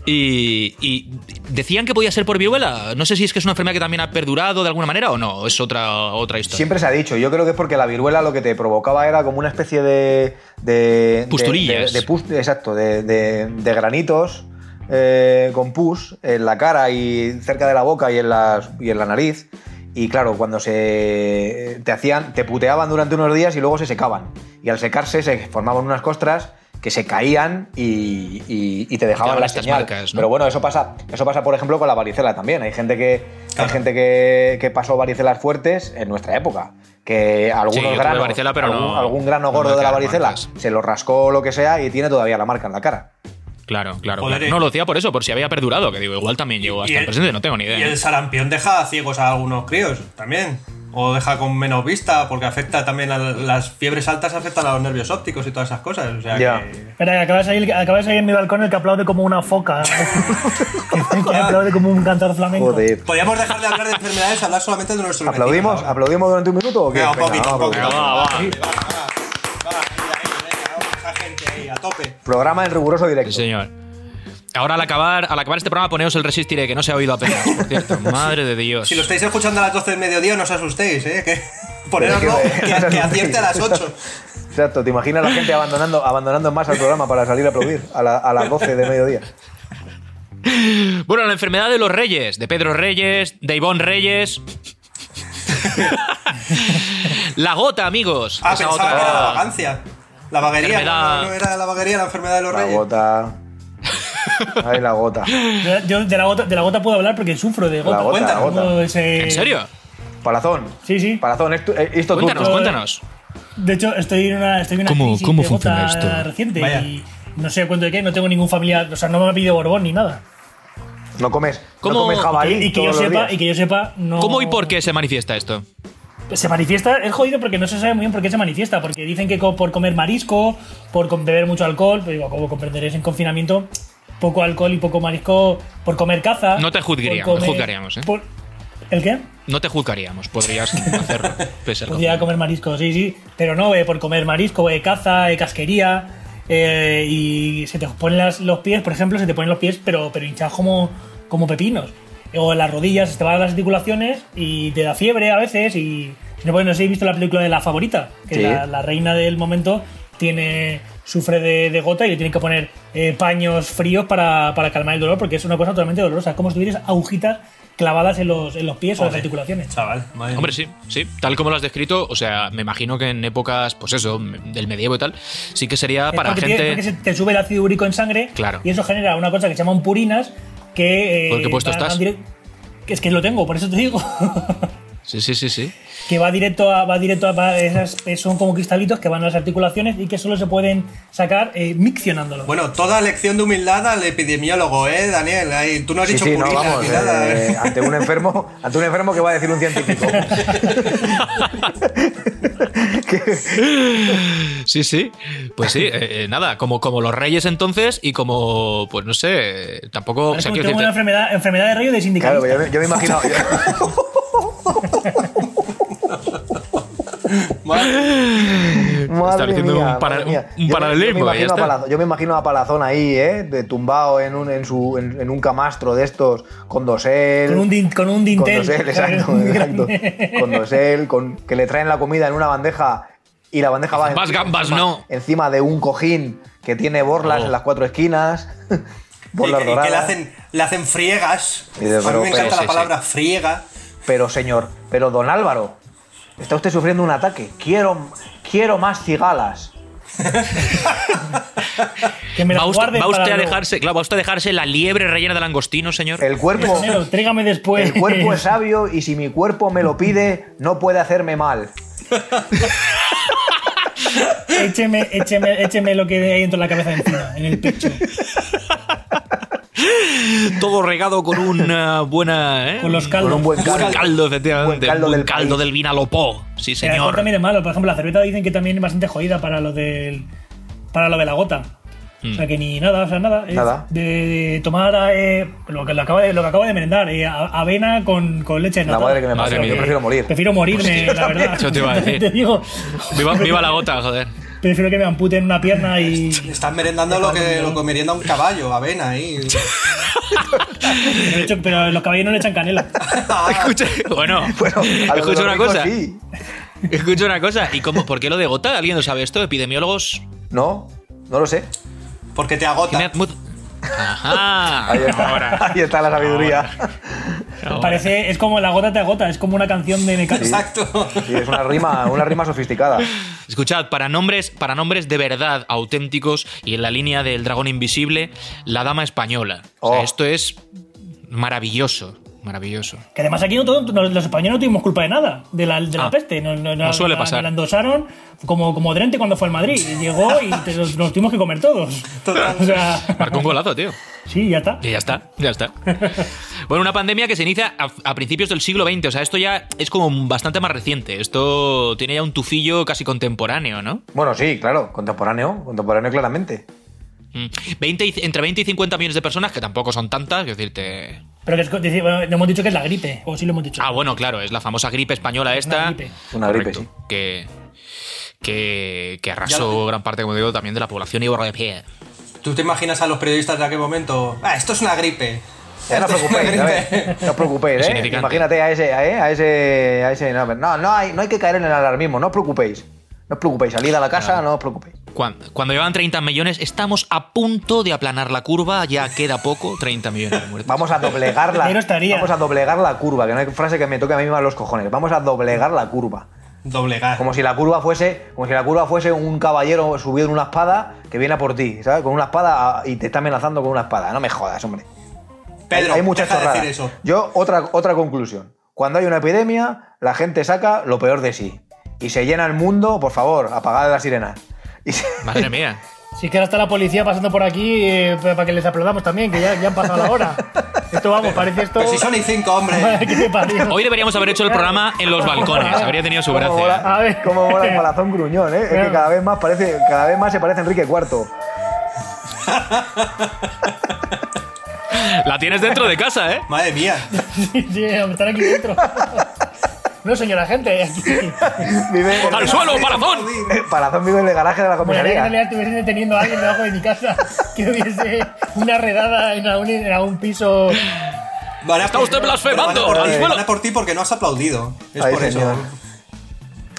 Speaker 1: Y, y decían que podía ser por viruela. No sé si es que es una enfermedad que también ha perdurado de alguna manera o no. Es otra, otra historia.
Speaker 3: Siempre se ha dicho, yo creo que es porque la viruela lo que te provocaba era como una especie de. de
Speaker 1: Pustulillas.
Speaker 3: De, de pus- exacto, de, de- de granitos eh, con pus en la cara y cerca de la boca y en, las, y en la nariz. Y claro, cuando se te hacían, te puteaban durante unos días y luego se secaban. Y al secarse se formaban unas costras que se caían y, y- y te dejaban
Speaker 1: Quedaban
Speaker 3: las
Speaker 1: estas
Speaker 3: señal.
Speaker 1: marcas, ¿no?
Speaker 3: Pero bueno, eso pasa, eso pasa, por ejemplo, con la varicela también. Hay gente que, hay
Speaker 4: Claro.
Speaker 3: gente que, que pasó varicelas fuertes en nuestra época. Que
Speaker 1: Sí, yo
Speaker 3: algunos
Speaker 1: tuve
Speaker 3: granos,
Speaker 1: varicela, pero
Speaker 3: algún,
Speaker 1: no-
Speaker 3: algún grano
Speaker 1: no
Speaker 3: gordo
Speaker 1: me
Speaker 3: de la
Speaker 1: quedaron
Speaker 3: varicela
Speaker 1: marcas.
Speaker 3: se lo rascó o lo que sea y tiene todavía la marca en la cara.
Speaker 1: Claro, claro.
Speaker 4: Joder,
Speaker 1: claro.
Speaker 4: eh.
Speaker 1: No lo decía por eso, por si había perdurado, que digo, igual también llegó hasta
Speaker 4: Y
Speaker 1: el,
Speaker 4: el-
Speaker 1: presente, no tengo ni
Speaker 4: Y
Speaker 1: idea.
Speaker 4: el sarampión deja ciegos a algunos críos también. O deja con menos vista, porque afecta también a las fiebres altas, afectan a los nervios ópticos y todas esas cosas. O sea
Speaker 3: Ya.
Speaker 4: que.
Speaker 2: Espera, acaba de, salir, acaba de salir en mi balcón el que aplaude como una foca. que, que aplaude como un cantor flamenco.
Speaker 3: Joder.
Speaker 4: Podríamos dejar de hablar de enfermedades, hablar solamente de nuestro
Speaker 3: ¿Aplaudimos?
Speaker 4: vecino.
Speaker 3: ¿Aplaudimos durante un minuto o qué?
Speaker 4: Venga, un
Speaker 3: Venga,
Speaker 4: poquito,
Speaker 3: vamos
Speaker 4: un
Speaker 3: a
Speaker 4: poquito.
Speaker 3: aplaudir.
Speaker 1: va, va.
Speaker 4: Vale, va, va, va, venga, venga, vamos, esa gente ahí, a tope.
Speaker 3: Programa en riguroso directo.
Speaker 1: Sí, señor. Ahora al acabar, al acabar este programa poneos el resistiré, que no se ha oído apenas, por cierto. Madre de Dios.
Speaker 4: Si lo estáis escuchando a las 12 del mediodía, no os asustéis, ¿eh? Que poneroslo
Speaker 3: Pero es no
Speaker 4: que,
Speaker 3: se
Speaker 4: que
Speaker 3: asustéis.
Speaker 4: acierte a las 8.
Speaker 3: Exacto, te imaginas la gente abandonando, abandonando más al programa para salir a aplaudir a, la- a las 12 de mediodía.
Speaker 1: Bueno, la enfermedad de los reyes, de Pedro Reyes, de Ivonne Reyes. la gota, amigos.
Speaker 4: Ah,
Speaker 1: Esa
Speaker 4: pensaba
Speaker 1: otra-
Speaker 4: que era la vagancia. La vaguería,
Speaker 1: Enfermedad.
Speaker 4: no, no era la vaguería, la enfermedad de los
Speaker 3: La
Speaker 4: reyes.
Speaker 3: gota. Ay, la gota.
Speaker 2: Yo- Yo de la, gota, de la gota puedo hablar porque sufro de gota.
Speaker 3: La gota, la gota.
Speaker 2: Tengo ese-
Speaker 1: ¿En serio?
Speaker 3: Palazón.
Speaker 2: Sí, sí.
Speaker 3: Palazón, esto, eh, esto tú.
Speaker 1: Cuéntanos,
Speaker 2: Yo-
Speaker 1: cuéntanos.
Speaker 4: eh.
Speaker 2: De hecho, estoy en una, estoy en una
Speaker 1: ¿Cómo-
Speaker 2: crisis
Speaker 1: cómo
Speaker 2: de
Speaker 1: funciona
Speaker 2: gota
Speaker 1: esto?
Speaker 2: reciente
Speaker 4: Vaya.
Speaker 2: y no sé cuánto de qué, no tengo ningún familiar, o sea, no me ha pedido borbón ni nada.
Speaker 3: No comes,
Speaker 1: ¿Cómo-
Speaker 3: no comes jabalí.
Speaker 2: y, que yo
Speaker 3: todos los
Speaker 2: sepa,
Speaker 3: días.
Speaker 2: y que yo sepa, no...
Speaker 1: ¿Cómo y por qué se manifiesta esto?
Speaker 2: Se manifiesta, es jodido porque no se sabe muy bien por qué se manifiesta, porque dicen que co- por comer marisco, por com- beber mucho alcohol, pero digo, como comprenderéis en confinamiento, poco alcohol y poco marisco, por comer caza...
Speaker 1: No te
Speaker 2: por
Speaker 1: juzgaríamos, juzgaríamos, ¿eh?
Speaker 2: por- ¿El qué?
Speaker 1: No te juzgaríamos, podrías hacerlo. pese al
Speaker 2: Podría comer marisco, sí, sí, pero no, eh, por comer marisco, eh, caza, eh, casquería, eh, y se te ponen las- los pies, por ejemplo, se te ponen los pies, pero, pero hinchados como, como pepinos. O en las rodillas, se te van las articulaciones y te da fiebre a veces. Y no, bueno, no sé si he visto la película de La Favorita, que
Speaker 3: Sí.
Speaker 2: la, la reina del momento tiene sufre de, de gota y le tienen que poner eh, paños fríos para, para calmar el dolor, porque es una cosa totalmente dolorosa. Es como si tuvieras agujitas clavadas en los, en los pies o en las
Speaker 4: Joder.
Speaker 2: articulaciones.
Speaker 4: Chaval, madre
Speaker 2: Eh,
Speaker 4: mía.
Speaker 1: Hombre, sí, sí, tal como lo has descrito, o sea, me imagino que en épocas, pues eso, del medievo y tal, sí que sería
Speaker 2: Es
Speaker 1: para
Speaker 2: porque tiene- porque se
Speaker 1: gente.
Speaker 2: te sube el ácido úrico en sangre
Speaker 1: Claro.
Speaker 2: y eso genera una cosa que se llaman purinas que... eh,
Speaker 1: ¿Por qué puesto
Speaker 2: van- van
Speaker 1: estás?
Speaker 2: direct- que Es que lo tengo, por eso te digo.
Speaker 1: Sí, sí, sí, sí.
Speaker 2: que va directo a... Va directo a va- esas, son como cristalitos que van a las articulaciones y que solo se pueden sacar eh, miccionándolo.
Speaker 4: Bueno, toda lección de humildad al epidemiólogo, ¿eh, Daniel? Ahí, tú no has
Speaker 3: Sí,
Speaker 4: dicho
Speaker 3: sí, no,
Speaker 4: purina
Speaker 3: vamos.
Speaker 4: ni nada.
Speaker 3: eh,
Speaker 4: ¿eh?
Speaker 3: ante, un enfermo, ante un enfermo que va a decir un científico.
Speaker 1: Sí, sí. Pues sí, eh, eh, nada, como, como los reyes entonces y como, pues no sé, tampoco.
Speaker 2: Ahora
Speaker 1: o sea,
Speaker 2: es como
Speaker 1: quiero
Speaker 2: tengo una
Speaker 1: decirte-
Speaker 2: enfermedad, enfermedad de rayo de sindicalista.
Speaker 3: Claro, pues yo, yo me imagino. yo-
Speaker 4: Madre-
Speaker 3: Madre
Speaker 1: Estableciendo
Speaker 3: mía,
Speaker 1: un para-
Speaker 3: madre mía.
Speaker 1: un
Speaker 3: Yo me-
Speaker 1: paralelismo,
Speaker 3: Yo me,
Speaker 1: ya
Speaker 3: imagino a
Speaker 1: está.
Speaker 3: Palazón, yo me imagino a Palazón ahí, ¿eh? De, tumbado en un, en, su, en, en un camastro de estos, con dosel.
Speaker 2: Con un, din- con un
Speaker 3: Con
Speaker 2: dintel.
Speaker 3: dosel, exacto,
Speaker 2: Muy
Speaker 3: exacto.
Speaker 2: grande.
Speaker 3: Con dosel, con, que le traen la comida en una bandeja y la bandeja va
Speaker 1: Más
Speaker 3: encima-
Speaker 1: gambas,
Speaker 3: encima-
Speaker 1: no.
Speaker 3: encima de un cojín que tiene borlas
Speaker 1: Oh.
Speaker 3: en las cuatro esquinas. borlas
Speaker 4: y que, y
Speaker 3: doradas.
Speaker 4: que le, hacen, le hacen friegas.
Speaker 3: Y de-
Speaker 4: a mí
Speaker 3: pero-
Speaker 4: me encanta
Speaker 1: pero-
Speaker 4: la
Speaker 1: sí,
Speaker 4: palabra friega.
Speaker 3: Pero señor, pero don Álvaro, está usted sufriendo un ataque. Quiero, quiero más cigalas.
Speaker 2: Que me la
Speaker 1: Va usted,
Speaker 2: guarden
Speaker 1: va usted
Speaker 2: para
Speaker 1: a
Speaker 2: luego.
Speaker 1: dejarse, claro, va usted a dejarse la liebre rellena de langostino, señor.
Speaker 3: El cuerpo.
Speaker 2: Pero tráigame después.
Speaker 3: El cuerpo es sabio y si mi cuerpo me lo pide, no puede hacerme mal.
Speaker 2: écheme, écheme, écheme lo que hay dentro de la cabeza encima, en el pecho.
Speaker 1: Todo regado con una buena. ¿eh?
Speaker 2: Con los
Speaker 3: Con
Speaker 2: caldos.
Speaker 3: un buen
Speaker 1: Buen
Speaker 3: caldo.
Speaker 1: caldo, efectivamente.
Speaker 3: Buen caldo
Speaker 1: Buen
Speaker 3: del
Speaker 1: caldo
Speaker 3: país.
Speaker 1: del vinalopó. Sí,
Speaker 2: El alcohol
Speaker 1: señor.
Speaker 2: también es malo. Por ejemplo, la cerveza dicen que también es bastante jodida para lo del. Para lo de la gota. O
Speaker 1: Mm.
Speaker 2: sea que ni nada, o sea, nada. Es
Speaker 3: Nada.
Speaker 2: De, de tomar eh, lo, que, lo, acaba de, lo que acabo de merendar, eh, a- avena con, con leche de
Speaker 3: La madre que me
Speaker 1: Madre
Speaker 3: parió,
Speaker 1: mía.
Speaker 3: yo prefiero morir.
Speaker 2: Prefiero morirme, la verdad.
Speaker 1: Eso te iba a decir.
Speaker 2: Te digo,
Speaker 1: Viva, viva la gota, joder.
Speaker 2: prefiero que me amputen una pierna y.
Speaker 4: Le están merendando lo que, lo que merienda un caballo, avena ahí.
Speaker 2: Pero, de hecho, pero los caballos no le echan canela.
Speaker 1: Escucha, bueno,
Speaker 3: Ah, Bueno, a los
Speaker 1: escucha una
Speaker 3: domingos
Speaker 1: cosa.
Speaker 3: sí.
Speaker 1: Escucha una cosa. ¿Y cómo, por qué lo de gota? ¿Alguien lo sabe esto? ¿Epidemiólogos?
Speaker 3: No, no lo sé.
Speaker 4: Porque te
Speaker 1: ¿Qué me
Speaker 4: agota.
Speaker 1: ha- mu- Ajá.
Speaker 3: Ahí está,
Speaker 1: Ahora.
Speaker 3: ahí está la sabiduría.
Speaker 2: Parece, es como la gota te agota, es como una canción de Mecano.
Speaker 4: Exacto.
Speaker 3: Sí, es una rima, una rima sofisticada.
Speaker 1: Escuchad, para nombres, para nombres de verdad auténticos y en la línea del dragón invisible, la dama española. O sea,
Speaker 3: Oh.
Speaker 1: esto es maravilloso, maravilloso.
Speaker 2: Que además aquí no todo- no- los españoles no tuvimos culpa de nada, de la, de la
Speaker 1: Ah,
Speaker 2: peste. No, no, no-
Speaker 1: nos suele
Speaker 2: la-
Speaker 1: pasar.
Speaker 2: La endosaron como, como Drente cuando fue al Madrid. Y Llegó y te- nos, nos tuvimos que comer todos.
Speaker 4: Total.
Speaker 2: O sea,
Speaker 1: Marcó un golazo, tío.
Speaker 2: sí, ya está.
Speaker 1: Y ya está, ya está. Bueno, una pandemia que se inicia a, a principios del siglo XX. O sea, esto ya es como bastante más reciente. Esto tiene ya un tufillo casi contemporáneo, ¿no?
Speaker 3: Bueno, sí, claro, contemporáneo, contemporáneo claramente.
Speaker 1: Mm. 20 y- entre 20 y 50 millones de personas, que tampoco son tantas, quiero decirte.
Speaker 2: Pero que es co- dice- bueno, no hemos dicho que es la gripe, o sí lo hemos dicho.
Speaker 1: Ah, bueno, claro, es la famosa gripe española esta.
Speaker 2: una gripe.
Speaker 3: Una gripe,
Speaker 1: Correcto, Que, que, que arrasó
Speaker 4: lo-
Speaker 1: gran parte, como digo, también de la población europea.
Speaker 4: ¿Tú te imaginas a los periodistas de aquel momento? Ah, esto es una gripe.
Speaker 3: Ya no os
Speaker 4: Esto es una
Speaker 3: preocupéis, a ver,
Speaker 4: gripe".
Speaker 3: no os preocupéis, ¿eh?
Speaker 1: Insignificante.
Speaker 3: Imagínate a ese, a, eh, a ese, a ese, no, no, no hay, no hay que caer en el alarmismo, no os preocupéis, no os preocupéis, salid a la casa, no os preocupéis.
Speaker 1: Cuan- Cuando, llevan 30 millones, estamos a punto de aplanar la curva, ya queda poco, 30 millones de muertos.
Speaker 3: Vamos a doblegar la,
Speaker 2: Pero estaría.
Speaker 3: vamos a doblegar la curva, que no hay frase que me toque a mí más los cojones. Vamos a doblegar la curva,
Speaker 4: Doblegar.
Speaker 3: como si la curva fuese, como si la curva fuese un caballero subido en una espada que viene a por ti, ¿sabes? Con una espada ah, y te está amenazando con una espada. No me jodas, hombre.
Speaker 4: Pedro,
Speaker 3: hay muchas
Speaker 4: deja de
Speaker 3: chorradas.
Speaker 4: decir eso.
Speaker 3: Yo, otra, otra conclusión. Cuando hay una epidemia, la gente saca lo peor de sí. Y se llena el mundo, por favor, apagad las sirenas. Y se-
Speaker 1: Madre mía.
Speaker 2: Si es que ahora está la policía pasando por aquí eh, para que les aplaudamos también, que ya, ya han pasado la hora. Esto vamos, parece esto.
Speaker 4: Pero si son y cinco,
Speaker 2: Madre,
Speaker 4: hombre.
Speaker 2: ¿qué te parió?
Speaker 1: Hoy deberíamos haber hecho el programa en los balcones, habría tenido su
Speaker 3: cómo
Speaker 1: gracia.
Speaker 2: eh. A ver.
Speaker 3: mola, cómo mola el palazón gruñón, ¿eh? Es que
Speaker 2: Claro.
Speaker 3: cada vez más parece, cada vez más se parece a Enrique IV.
Speaker 1: La tienes dentro de casa, ¿eh?
Speaker 4: Madre mía.
Speaker 2: Sí, sí, están aquí dentro. No, señora gente, aquí.
Speaker 3: Vive en-
Speaker 1: ¡Al suelo, palazón!
Speaker 3: Palazón vive en el garaje de la
Speaker 2: Como si Pues en
Speaker 3: comisaría.
Speaker 2: realidad estuviesen deteniendo a alguien debajo de mi casa que hubiese una redada en algún, en algún piso.
Speaker 4: Van a
Speaker 1: Está
Speaker 4: por-
Speaker 1: usted
Speaker 4: pero
Speaker 1: blasfemando,
Speaker 4: Van a, por,
Speaker 3: al
Speaker 4: ti,
Speaker 1: suelo.
Speaker 4: van a por ti porque no has aplaudido. Es
Speaker 3: Ay,
Speaker 4: por eso.
Speaker 3: señor.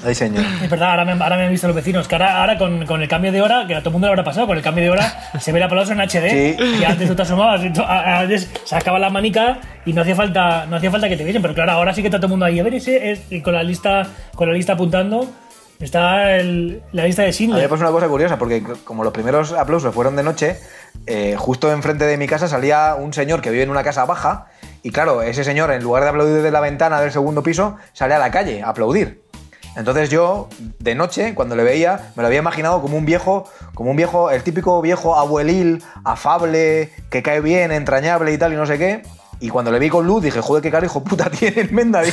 Speaker 3: Ay, señor.
Speaker 2: Es verdad, ahora me, han- ahora me han visto los vecinos. Que ahora, ahora con, con el cambio de hora, que a todo el mundo le habrá pasado, con el cambio de hora se ve el aplauso en HD.
Speaker 3: Sí.
Speaker 2: Y antes tú te asomabas, y tú- a- a- antes sacaba la manica y no hacía falta, no hacía falta que te viesen. Pero claro, ahora sí que está todo el mundo ahí. A ver, ese es- y con la lista, con la lista apuntando, está el- la lista de
Speaker 3: A mí me
Speaker 2: Schindler.
Speaker 3: pasó una cosa curiosa, porque c- como los primeros aplausos fueron de noche, eh, justo enfrente de mi casa salía un señor que vive en una casa baja, y claro, ese señor, en lugar de aplaudir desde la ventana del segundo piso, sale a la calle a aplaudir. Entonces yo, de noche, cuando le veía, me lo había imaginado como un viejo, como un viejo, el típico viejo abuelil, afable, que cae bien, entrañable y tal, y no sé qué. Y cuando le vi con luz dije, joder, qué cara hijo puta tiene el Menda. Eh,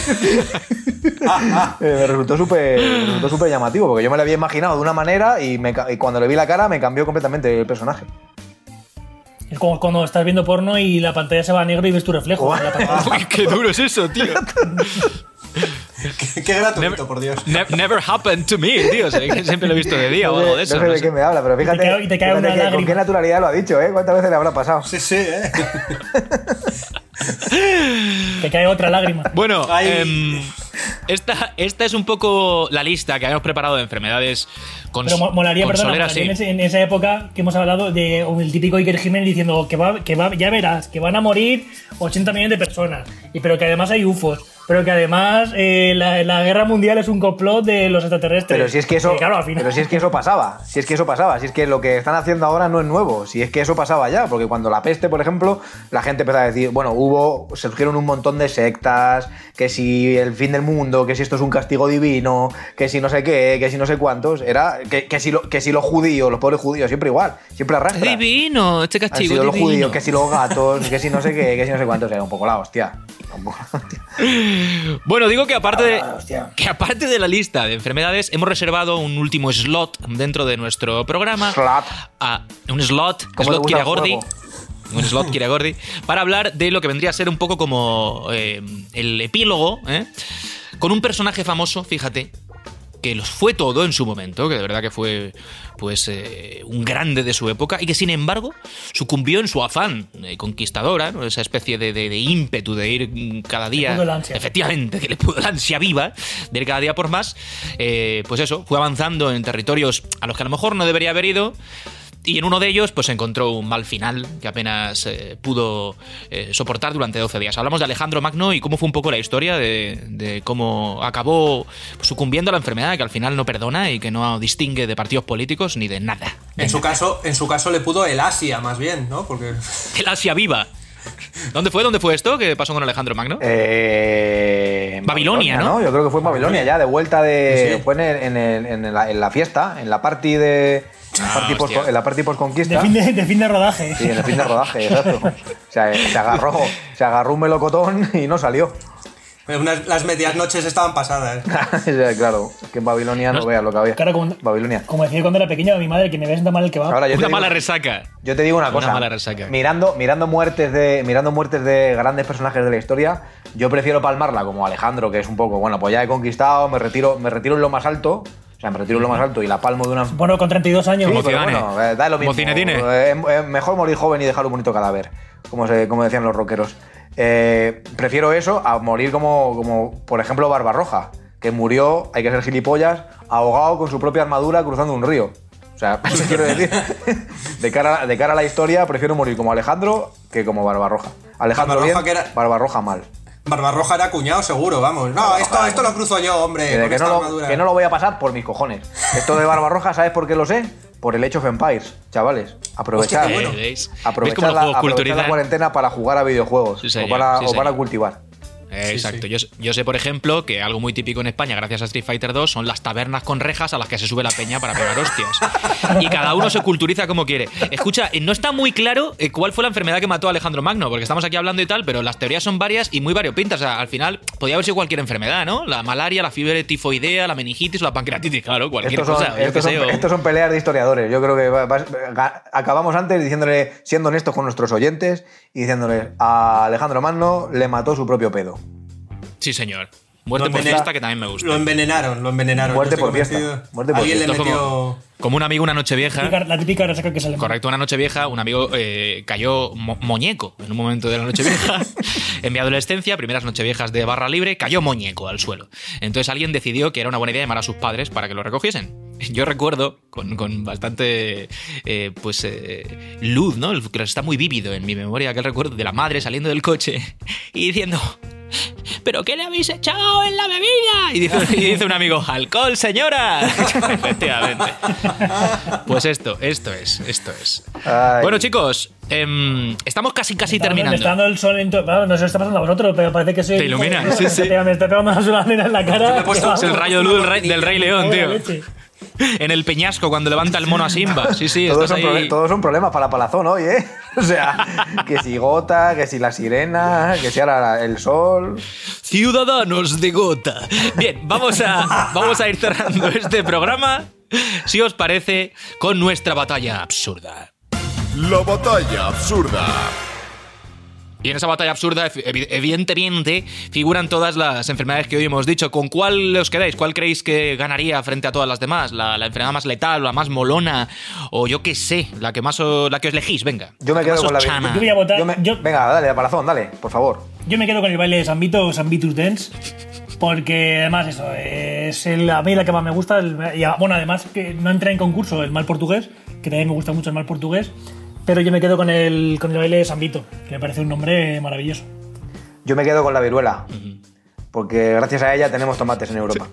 Speaker 3: me resultó súper me resultó súper llamativo, porque yo me lo había imaginado de una manera y, me ca- y cuando le vi la cara me cambió completamente el personaje.
Speaker 2: Es como cuando estás viendo porno y la pantalla se va a negro y ves tu reflejo. en la pantalla.
Speaker 3: Ah.
Speaker 1: Uy, qué duro es eso, tío.
Speaker 4: Qué, qué gratuito, por Dios.
Speaker 1: Ne- never happened to me, tío. Sé que Siempre lo he visto de día o
Speaker 3: no sé,
Speaker 1: algo de eso.
Speaker 3: no sé
Speaker 1: no
Speaker 3: de
Speaker 1: sé.
Speaker 3: qué me habla, pero fíjate,
Speaker 2: cae- y te cae
Speaker 3: fíjate
Speaker 2: una
Speaker 3: que- con
Speaker 2: lágrima.
Speaker 3: qué naturalidad lo ha dicho, ¿eh? ¿Cuántas veces le habrá pasado?
Speaker 4: Sí, sí, eh.
Speaker 2: Te cae otra lágrima.
Speaker 1: Bueno,
Speaker 4: Ay.
Speaker 1: em, esta, esta es un poco la lista que habíamos preparado de enfermedades cons-
Speaker 2: Pero mo- molaría, perdona,
Speaker 1: consoleras, sí.
Speaker 2: molaría en ese- en esa época que hemos hablado de o el típico Iker Jiménez diciendo que, va, que va, ya verás, que van a morir 80 millones de personas, y, pero que además hay UFOs, pero que además eh, la, la guerra mundial es un complot de los extraterrestres.
Speaker 3: Pero si es que eso,
Speaker 2: Y claro, al final-
Speaker 3: pero si es que eso pasaba, si es que eso pasaba, si es que lo que están haciendo ahora no es nuevo, si es que eso pasaba ya, porque cuando la peste, por ejemplo, la gente empezó a decir, bueno, hubo, se surgieron un montón de sectas, que si el fin del mundo, que si esto es un castigo divino, que si no sé qué, que si no sé cuántos, era que, que si lo- que si los judíos, los pobres judíos, siempre igual, siempre
Speaker 1: Es
Speaker 3: arrastran.
Speaker 1: divino, este
Speaker 3: Han
Speaker 1: castigo
Speaker 3: sido
Speaker 1: es
Speaker 3: los
Speaker 1: divino.
Speaker 3: judíos, que si los gatos, que si no sé qué, que si no sé cuántos, era un poco la hostia. Un poco la hostia.
Speaker 1: Bueno, digo que aparte de,
Speaker 3: Ah, hostia.
Speaker 1: que aparte de la lista de enfermedades, hemos reservado un último slot dentro de nuestro programa.
Speaker 3: Slot.
Speaker 1: A- un slot,
Speaker 3: ¿Cómo te
Speaker 1: slot
Speaker 3: gusta el
Speaker 1: Kiragordi.
Speaker 3: juego?
Speaker 1: Un slot Kiragordi. Para hablar de lo que vendría a ser un poco como eh, el epílogo, ¿eh? Con un personaje famoso, fíjate, que los fue todo en su momento, que de verdad que fue pues eh, un grande de su época y que sin embargo sucumbió en su afán eh, conquistadora, ¿no? esa especie de, de- de ímpetu de ir mm, cada día,
Speaker 2: pudo el ansia.
Speaker 1: efectivamente, que le pudo la ansia viva de ir cada día por más, eh, pues eso, fue avanzando en territorios a los que a lo mejor no debería haber ido Y en uno de ellos, pues encontró un mal final que apenas eh, pudo eh, soportar durante 12 días. Hablamos de Alejandro Magno y cómo fue un poco la historia de, de cómo acabó sucumbiendo a la enfermedad que al final no perdona y que no distingue de partidos políticos ni de nada.
Speaker 4: En su caso, en su caso le pudo el Asia, más bien, ¿no? Porque.
Speaker 1: El Asia viva. ¿Dónde fue? ¿Dónde fue esto? ¿Qué pasó con Alejandro Magno?
Speaker 3: Eh, en
Speaker 1: Babilonia, ¿no?
Speaker 3: Yo creo que fue en Babilonia ya, de vuelta
Speaker 4: Sí,
Speaker 3: de.
Speaker 4: sí.
Speaker 3: Fue en, el- en el- en la, en la fiesta, en la party de. en la
Speaker 1: Ah,
Speaker 3: party post-
Speaker 1: hostia.
Speaker 3: en la party
Speaker 2: De
Speaker 3: post-conquista.
Speaker 2: fin de, de fin de rodaje.
Speaker 3: Sí, en el fin de rodaje, exacto. O sea, eh, se agarró, se agarró un melocotón y no salió.
Speaker 4: unas- las medias noches estaban pasadas.
Speaker 3: O sea, claro, que en Babilonia no,
Speaker 1: No-
Speaker 3: veas lo que había.
Speaker 2: Claro, como,
Speaker 3: Babilonia.
Speaker 2: como decía cuando era pequeño, a mi madre que me ves tan mal el kebab.
Speaker 3: Ahora yo te
Speaker 1: Una
Speaker 3: digo-
Speaker 1: mala resaca.
Speaker 3: Yo te digo una
Speaker 1: Una
Speaker 3: cosa.
Speaker 1: mala resaca.
Speaker 3: Mirando, mirando, muertes de, mirando muertes de grandes personajes de la historia, yo prefiero palmarla como Alejandro, que es un poco, bueno, pues ya he conquistado, me retiro, me retiro en lo más alto. O sea, me retiro en lo más alto y la palmo de una.
Speaker 2: bueno, con 32 años.
Speaker 3: Sí,
Speaker 1: Como
Speaker 3: pero
Speaker 1: Zidane.
Speaker 3: bueno, eh, da lo
Speaker 1: Como
Speaker 3: mismo.
Speaker 1: Zinedine.
Speaker 3: Eh, eh, mejor morir joven y dejar un bonito cadáver, como, se, como decían los rockeros. Eh, prefiero eso a morir como, como, por ejemplo, Barbarroja, que murió, hay que ser gilipollas, ahogado con su propia armadura cruzando un río. O sea, eso quiero decir. De cara, de cara a la historia, prefiero morir como Alejandro que como Barbarroja. Alejandro
Speaker 4: Barbarroja
Speaker 3: bien,
Speaker 4: que era-
Speaker 3: Barbarroja mal.
Speaker 4: Barbarroja era cuñado, seguro, vamos. No, esto, esto lo cruzo yo, hombre.
Speaker 3: Que de
Speaker 4: Con
Speaker 3: que,
Speaker 4: esta
Speaker 3: no lo,
Speaker 4: armadura.
Speaker 3: que no lo voy a pasar por mis cojones. Esto de Barbarroja, ¿sabes por qué lo sé? Por el hecho of Empires, chavales. Aprovechar.
Speaker 4: Hostia, qué bueno.
Speaker 1: Eh, ¿Veis? ¿Veis
Speaker 3: Aprovechar,
Speaker 1: cómo los
Speaker 3: la,
Speaker 1: juegos
Speaker 3: aprovechar la
Speaker 1: culturizan?
Speaker 3: cuarentena para jugar a videojuegos.
Speaker 1: Sí,
Speaker 3: o
Speaker 1: señor,
Speaker 3: para,
Speaker 1: sí,
Speaker 3: o para
Speaker 1: señor.
Speaker 3: cultivar.
Speaker 1: Eh,
Speaker 4: Sí,
Speaker 1: Exacto.
Speaker 4: sí.
Speaker 1: Yo, yo sé, por ejemplo, que algo muy típico en España, gracias a Street Fighter 2, son las tabernas con rejas a las que se sube la peña para pegar hostias. y cada uno se culturiza como quiere. Escucha, eh, no está muy claro eh, cuál fue la enfermedad que mató a Alejandro Magno, porque estamos aquí hablando y tal, pero las teorías son varias y muy variopintas. O sea, al final, podía haber sido cualquier enfermedad, ¿no? La malaria, la fiebre tifoidea, la meningitis o la pancreatitis, claro, cualquier
Speaker 3: Estos son,
Speaker 1: cosa. yo qué
Speaker 3: estos son-
Speaker 1: sé, o-
Speaker 3: estos son peleas de historiadores. Yo creo que va- va- ga- acabamos antes diciéndole, siendo honestos con nuestros oyentes y diciéndoles a Alejandro Magno le mató su propio pedo.
Speaker 1: Sí, señor. Muerte
Speaker 4: Lo
Speaker 1: por
Speaker 4: envenena-
Speaker 1: fiesta, que también me gusta.
Speaker 4: Lo envenenaron, lo envenenaron.
Speaker 3: Muerte
Speaker 4: yo estoy
Speaker 3: por fiesta,
Speaker 4: convencido.
Speaker 3: muerte por
Speaker 4: Alguien
Speaker 1: Esto
Speaker 4: le
Speaker 1: es
Speaker 4: metió.
Speaker 1: como, como un amigo una noche
Speaker 2: La
Speaker 1: vieja.
Speaker 2: típica- la típica resaca que se le
Speaker 1: Correcto, una noche vieja, un amigo eh, cayó mo- muñeco en un momento de la noche vieja. en mi adolescencia, primeras noche viejas de barra libre, cayó muñeco al suelo. Entonces alguien decidió que era una buena idea llamar a sus padres para que lo recogiesen. Yo recuerdo con, con bastante eh, pues eh, luz, ¿no? El- Está muy vívido en mi memoria aquel recuerdo de la madre saliendo del coche y diciendo. ¿Pero qué le habéis echado en la bebida? Y dice, y dice un amigo, alcohol, señora. Efectivamente. Pues esto, esto es, esto es.
Speaker 3: Ay.
Speaker 1: Bueno, chicos, em, estamos casi casi
Speaker 2: Está dando- Me está
Speaker 1: terminando.
Speaker 2: dando el sol en to- claro, No sé si está pasando a vosotros, pero parece que soy.
Speaker 1: Te ilumina,
Speaker 2: Joder,
Speaker 1: sí,
Speaker 2: me
Speaker 1: sí.
Speaker 2: está- Me está pegando una solanera en la cara.
Speaker 4: Te he puesto-
Speaker 2: Vamos.
Speaker 1: Es el rayo de luz del rey, del Rey León,
Speaker 2: Joder,
Speaker 1: tío.
Speaker 2: leche.
Speaker 1: En el peñasco cuando levanta el mono a Simba. Sí, sí,
Speaker 3: Todos
Speaker 1: estás
Speaker 3: son,
Speaker 1: ahí.
Speaker 3: proble- todos son problemas para Palazón hoy, ¿eh? O sea, que si Gota, que si la sirena, que si ahora el sol.
Speaker 1: Ciudadanos de Gota. Bien, vamos a, vamos a ir cerrando este programa, si os parece, con nuestra batalla absurda.
Speaker 6: La batalla absurda.
Speaker 1: Y en esa batalla absurda, evi- evidentemente, figuran todas las enfermedades que hoy hemos dicho. ¿Con cuál os quedáis? ¿Cuál creéis que ganaría frente a todas las demás? ¿La, la enfermedad más letal, la más molona? O yo qué sé, la que más o- la que os elegís, venga.
Speaker 3: Yo
Speaker 1: La
Speaker 3: me
Speaker 1: que
Speaker 3: quedo
Speaker 1: más
Speaker 3: con
Speaker 1: os
Speaker 3: la vi-
Speaker 1: chana.
Speaker 2: Yo voy a votar.
Speaker 3: Yo me-
Speaker 2: yo-
Speaker 3: Venga, dale, Palazón, dale, por favor.
Speaker 2: Yo me quedo con el baile de San Vito, San Vitus Dance, porque además eso, eh, es el, a mí la que más me gusta. el- y a- bueno, además que no entra en concurso el mal portugués, que también me gusta mucho el mal portugués, pero yo me quedo con el, con el baile de San Vito, que me parece un nombre maravilloso.
Speaker 3: Yo me quedo con la viruela. Porque gracias a ella tenemos tomates en Europa.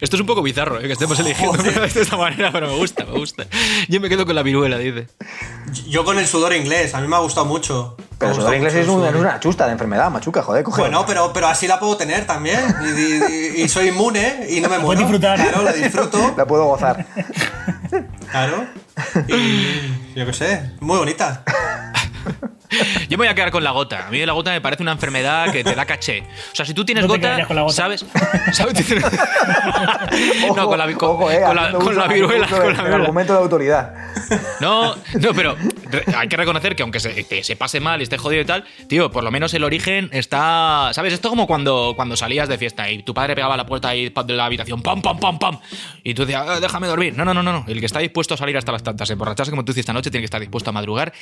Speaker 1: Esto es un poco bizarro, ¿eh? que estemos eligiendo de esta manera, pero me gusta, me gusta. Yo me quedo con la viruela, dice.
Speaker 4: Yo con el sudor inglés, a mí me ha gustado mucho. Me
Speaker 3: Pero
Speaker 4: ha
Speaker 3: el
Speaker 4: gustado
Speaker 3: sudor inglés
Speaker 4: mucho
Speaker 3: es,
Speaker 4: el
Speaker 3: un-
Speaker 4: sudor.
Speaker 3: es una chusta de enfermedad, machuca, joder, coge.
Speaker 4: Bueno, pero, pero así la puedo tener también. Y, y- y soy inmune y no me muero.
Speaker 2: Puedes disfrutar.
Speaker 4: Claro, la disfruto.
Speaker 3: La puedo gozar.
Speaker 4: Claro. Y, yo qué sé, muy bonita.
Speaker 1: Yo me voy a quedar con la gota. A mí la gota me parece una enfermedad que te da caché. O sea, si tú tienes
Speaker 2: No te
Speaker 1: gota,
Speaker 2: quedarías con la gota.
Speaker 1: ¿sabes? ¿Sabes? no, con la, con,
Speaker 3: Ojo, eh,
Speaker 1: con la,
Speaker 3: haciendo
Speaker 1: con la
Speaker 3: uso-
Speaker 1: viruela.
Speaker 3: haciendo uso
Speaker 1: Con la viruela. Pues
Speaker 3: del argumento de autoridad.
Speaker 1: No, no, pero re- hay que reconocer que aunque se, te- se pase mal y esté jodido y tal, tío, por lo menos el origen está. ¿Sabes? Esto como cuando, cuando salías de fiesta y tu padre pegaba a la puerta ahí pa- de la habitación, pam, pam, pam, pam. Y tú decías, "Ah, déjame dormir. No, no, no, no, no. El que está dispuesto a salir hasta las tantas, emborracharse como tú hiciste anoche, tiene que estar dispuesto a madrugar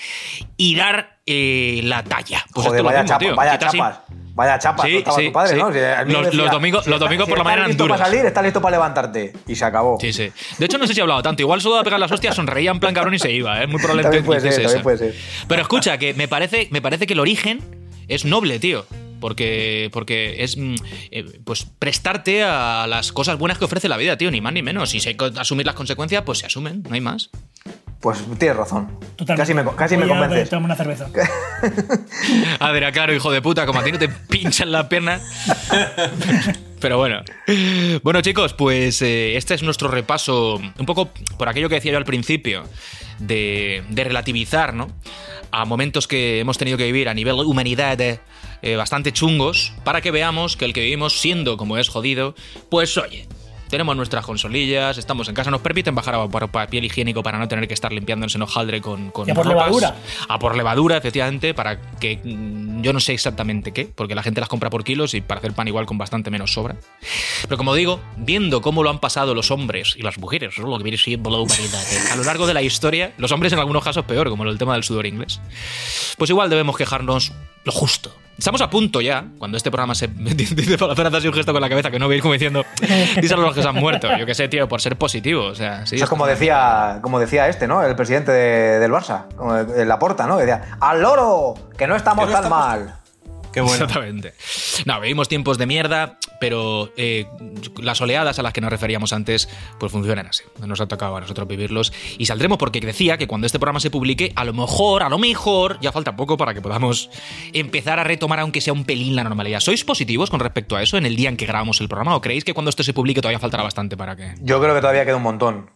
Speaker 1: y dar eh, la talla. Pues
Speaker 3: joder,
Speaker 1: esto es lo
Speaker 3: vaya
Speaker 1: mismo,
Speaker 3: chapa,
Speaker 1: tío.
Speaker 3: vaya
Speaker 1: Quitas in-
Speaker 3: chapas. Vaya chapa,
Speaker 1: Sí,
Speaker 3: estaba
Speaker 1: sí,
Speaker 3: tu padre,
Speaker 1: sí.
Speaker 3: ¿no? Si a mí me
Speaker 1: Los- los domingos- los
Speaker 3: está-
Speaker 1: domingos por la
Speaker 3: estás
Speaker 1: mañana eran
Speaker 3: listo
Speaker 1: duros.
Speaker 3: para salir, estás listo para levantarte. Y se acabó.
Speaker 1: Sí, sí. De hecho, no sé si he hablado tanto. Igual solo a pegar las hostias, sonreía en plan cabrón y se iba. Es muy probable
Speaker 3: También
Speaker 1: que
Speaker 3: puede
Speaker 1: hiciese
Speaker 3: ser, también
Speaker 1: esa.
Speaker 3: puede ser.
Speaker 1: Pero escucha, que me parece, me parece que el origen es noble, tío. Porque, porque es mm, eh, pues prestarte a las cosas buenas que ofrece la vida, tío, ni más ni menos. Y si hay que asumir las consecuencias, pues se asumen, no hay más.
Speaker 3: Pues tienes razón.
Speaker 2: Totalmente.
Speaker 3: Casi me, casi
Speaker 2: Voy
Speaker 3: me
Speaker 2: a
Speaker 3: convences.
Speaker 2: tomarme una cerveza.
Speaker 1: A ver, claro, hijo Ah, de puta, como a ti no te pinchan las piernas. Pero bueno. Bueno, chicos, pues eh, este es nuestro repaso, un poco por aquello que decía yo al principio, de, de relativizar, ¿no? A momentos que hemos tenido que vivir a nivel humanidad eh, eh, bastante chungos, para que veamos que el que vivimos siendo como es jodido, pues oye. Tenemos nuestras consolillas, estamos en casa, nos permiten bajar a por papel higiénico para no tener que estar limpiándose en hojaldre con, con
Speaker 2: Y a por
Speaker 1: ropas
Speaker 2: levadura.
Speaker 1: a por levadura, efectivamente, para que mm, yo no sé exactamente qué, porque la gente las compra por kilos y para hacer pan igual con bastante menos sobra. Pero como digo, viendo cómo lo han pasado los hombres y las mujeres, ¿no? lo que viene siendo la humanidad, eh, a lo largo de la historia, los hombres en algunos casos peor, como el tema del sudor inglés, pues igual debemos quejarnos lo justo. Estamos a punto ya, cuando este programa se dice para hacer así un gesto con la cabeza que no veis como diciendo, díselo a los que se han muerto, yo qué sé, tío, por ser positivo, o sea, sí,
Speaker 3: Eso es como decía, como decía este, ¿no? El presidente de- del Barça, como de- la porta, ¿no? Que decía, ¡al loro! ¡Que no estamos
Speaker 4: Que no
Speaker 3: tan
Speaker 4: estamos-
Speaker 3: mal!
Speaker 4: Qué bueno.
Speaker 1: Exactamente. No, vivimos tiempos de mierda, pero eh, las oleadas a las que nos referíamos antes, pues funcionan así. Nos ha tocado a nosotros vivirlos y saldremos porque decía que cuando este programa se publique, a lo mejor, a lo mejor, ya falta poco para que podamos empezar a retomar, aunque sea un pelín, la normalidad. ¿Sois positivos con respecto a eso en el día en que grabamos el programa o creéis que cuando esto se publique todavía faltará bastante para que...
Speaker 3: Yo creo que todavía queda un montón.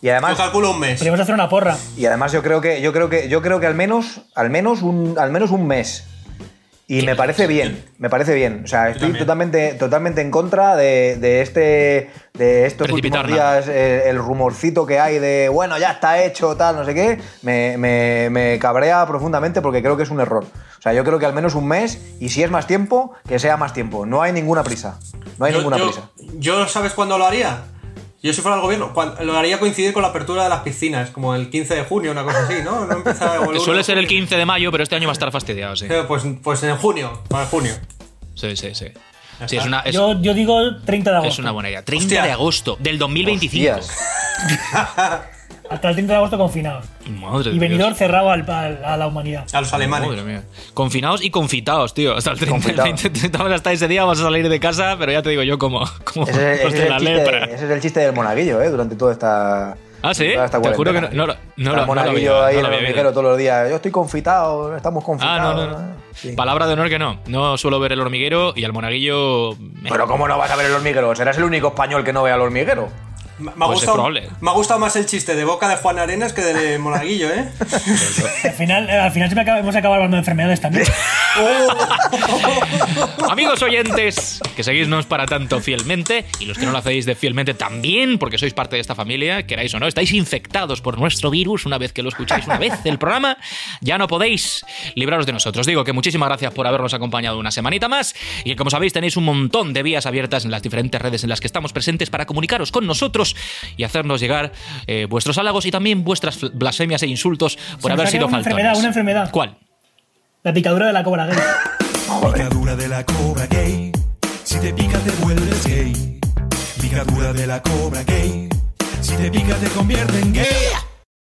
Speaker 3: Y
Speaker 4: Yo
Speaker 3: además,
Speaker 4: calculo un mes.
Speaker 2: Podríamos hacer una porra.
Speaker 3: y además yo creo que, yo creo que, yo creo que al menos, al menos un, al menos un mes. Y me parece bien, me parece bien. O sea, estoy
Speaker 4: también.
Speaker 3: totalmente, totalmente en contra de, de este, de estos
Speaker 1: Precipitar
Speaker 3: últimos
Speaker 1: nada.
Speaker 3: días, eh, el rumorcito que hay de, bueno, ya está hecho, tal, no sé qué. Me, me- me cabrea profundamente porque creo que es un error. O sea, yo creo que al menos un mes, y si es más tiempo, que sea más tiempo. No hay ninguna prisa. No hay
Speaker 4: Yo-
Speaker 3: ninguna
Speaker 4: yo-
Speaker 3: prisa.
Speaker 4: yo, ¿sabes cuándo lo haría? Yo si fuera el gobierno, cuan- lo haría coincidir con la apertura de las piscinas, como el 15 de junio, una cosa así, ¿no? No empezaba
Speaker 1: Que suele ser el 15 de mayo, pero este año va a estar fastidiado, sí.
Speaker 4: Pues, pues en junio, para junio.
Speaker 1: Sí, sí, sí.
Speaker 4: Ya
Speaker 1: Sí, es
Speaker 4: está.
Speaker 1: una, es-
Speaker 2: Yo, yo digo el 30 de
Speaker 1: es
Speaker 2: agosto.
Speaker 1: una buena idea. 30
Speaker 4: Hostia.
Speaker 1: de agosto del 2025.
Speaker 3: Hostias.
Speaker 2: Hasta el 30 de agosto confinados.
Speaker 1: Madre
Speaker 2: Y
Speaker 1: de Dios.
Speaker 2: venidor cerrado al- al- a la humanidad.
Speaker 4: A los alemanes.
Speaker 1: Madre mía. Confinados y confitados, tío. Hasta el 30, el
Speaker 3: Confitados.
Speaker 1: 20, 30 horas hasta ese día vas a salir de casa, pero ya te digo yo como, como
Speaker 3: Ese, es-
Speaker 1: los
Speaker 3: ese
Speaker 1: de
Speaker 3: es
Speaker 1: la
Speaker 3: el chiste,
Speaker 1: lepra.
Speaker 3: ese es el chiste del monaguillo, ¿eh? Durante toda esta.
Speaker 1: Ah, ¿sí?
Speaker 3: toda esta
Speaker 1: Te juro
Speaker 3: cuarentena.
Speaker 1: que no- no lo- no
Speaker 3: Está
Speaker 1: lo-
Speaker 3: el
Speaker 1: no lo
Speaker 3: monaguillo
Speaker 1: había-
Speaker 3: ahí
Speaker 1: no lo
Speaker 3: en el
Speaker 1: había
Speaker 3: hormiguero
Speaker 1: oído.
Speaker 3: todos los días. Yo estoy confitado, estamos
Speaker 1: Ah,
Speaker 3: confitados.
Speaker 1: no, no, no.
Speaker 3: Sí.
Speaker 1: Palabra de honor que no. No suelo ver el hormiguero y al monaguillo. me-
Speaker 3: Pero ¿cómo no vas a ver el hormiguero? Serás el único español que no vea el hormiguero.
Speaker 4: Me, me ha
Speaker 1: Pues es
Speaker 4: gustado,
Speaker 1: probable.
Speaker 4: me ha gustado más el chiste de boca de Juan Arenas que de Monaguillo, ¿eh?
Speaker 2: Al final, eh, al final siempre acabamos hemos acabado hablando de enfermedades también.
Speaker 1: Amigos oyentes, que seguísnos para tanto fielmente y los que no lo hacéis de fielmente también, porque sois parte de esta familia, queráis o no, estáis infectados por nuestro virus una vez que lo escucháis una vez el programa, ya no podéis libraros de nosotros. Digo que muchísimas gracias por habernos acompañado una semanita más y que como sabéis tenéis un montón de vías abiertas en las diferentes redes en las que estamos presentes para comunicaros con nosotros y hacernos llegar eh, vuestros halagos y también vuestras fl- blasfemias e insultos por
Speaker 2: Se me
Speaker 1: haber
Speaker 2: ha
Speaker 1: sido
Speaker 2: quedado una
Speaker 1: faltones.
Speaker 2: enfermedad, una enfermedad.
Speaker 1: ¿Cuál?
Speaker 2: La picadura de la cobra gay.
Speaker 5: Picadura de la cobra gay. Si te pica te vuelves gay. Picadura de la cobra gay. Si te pica te convierte en gay.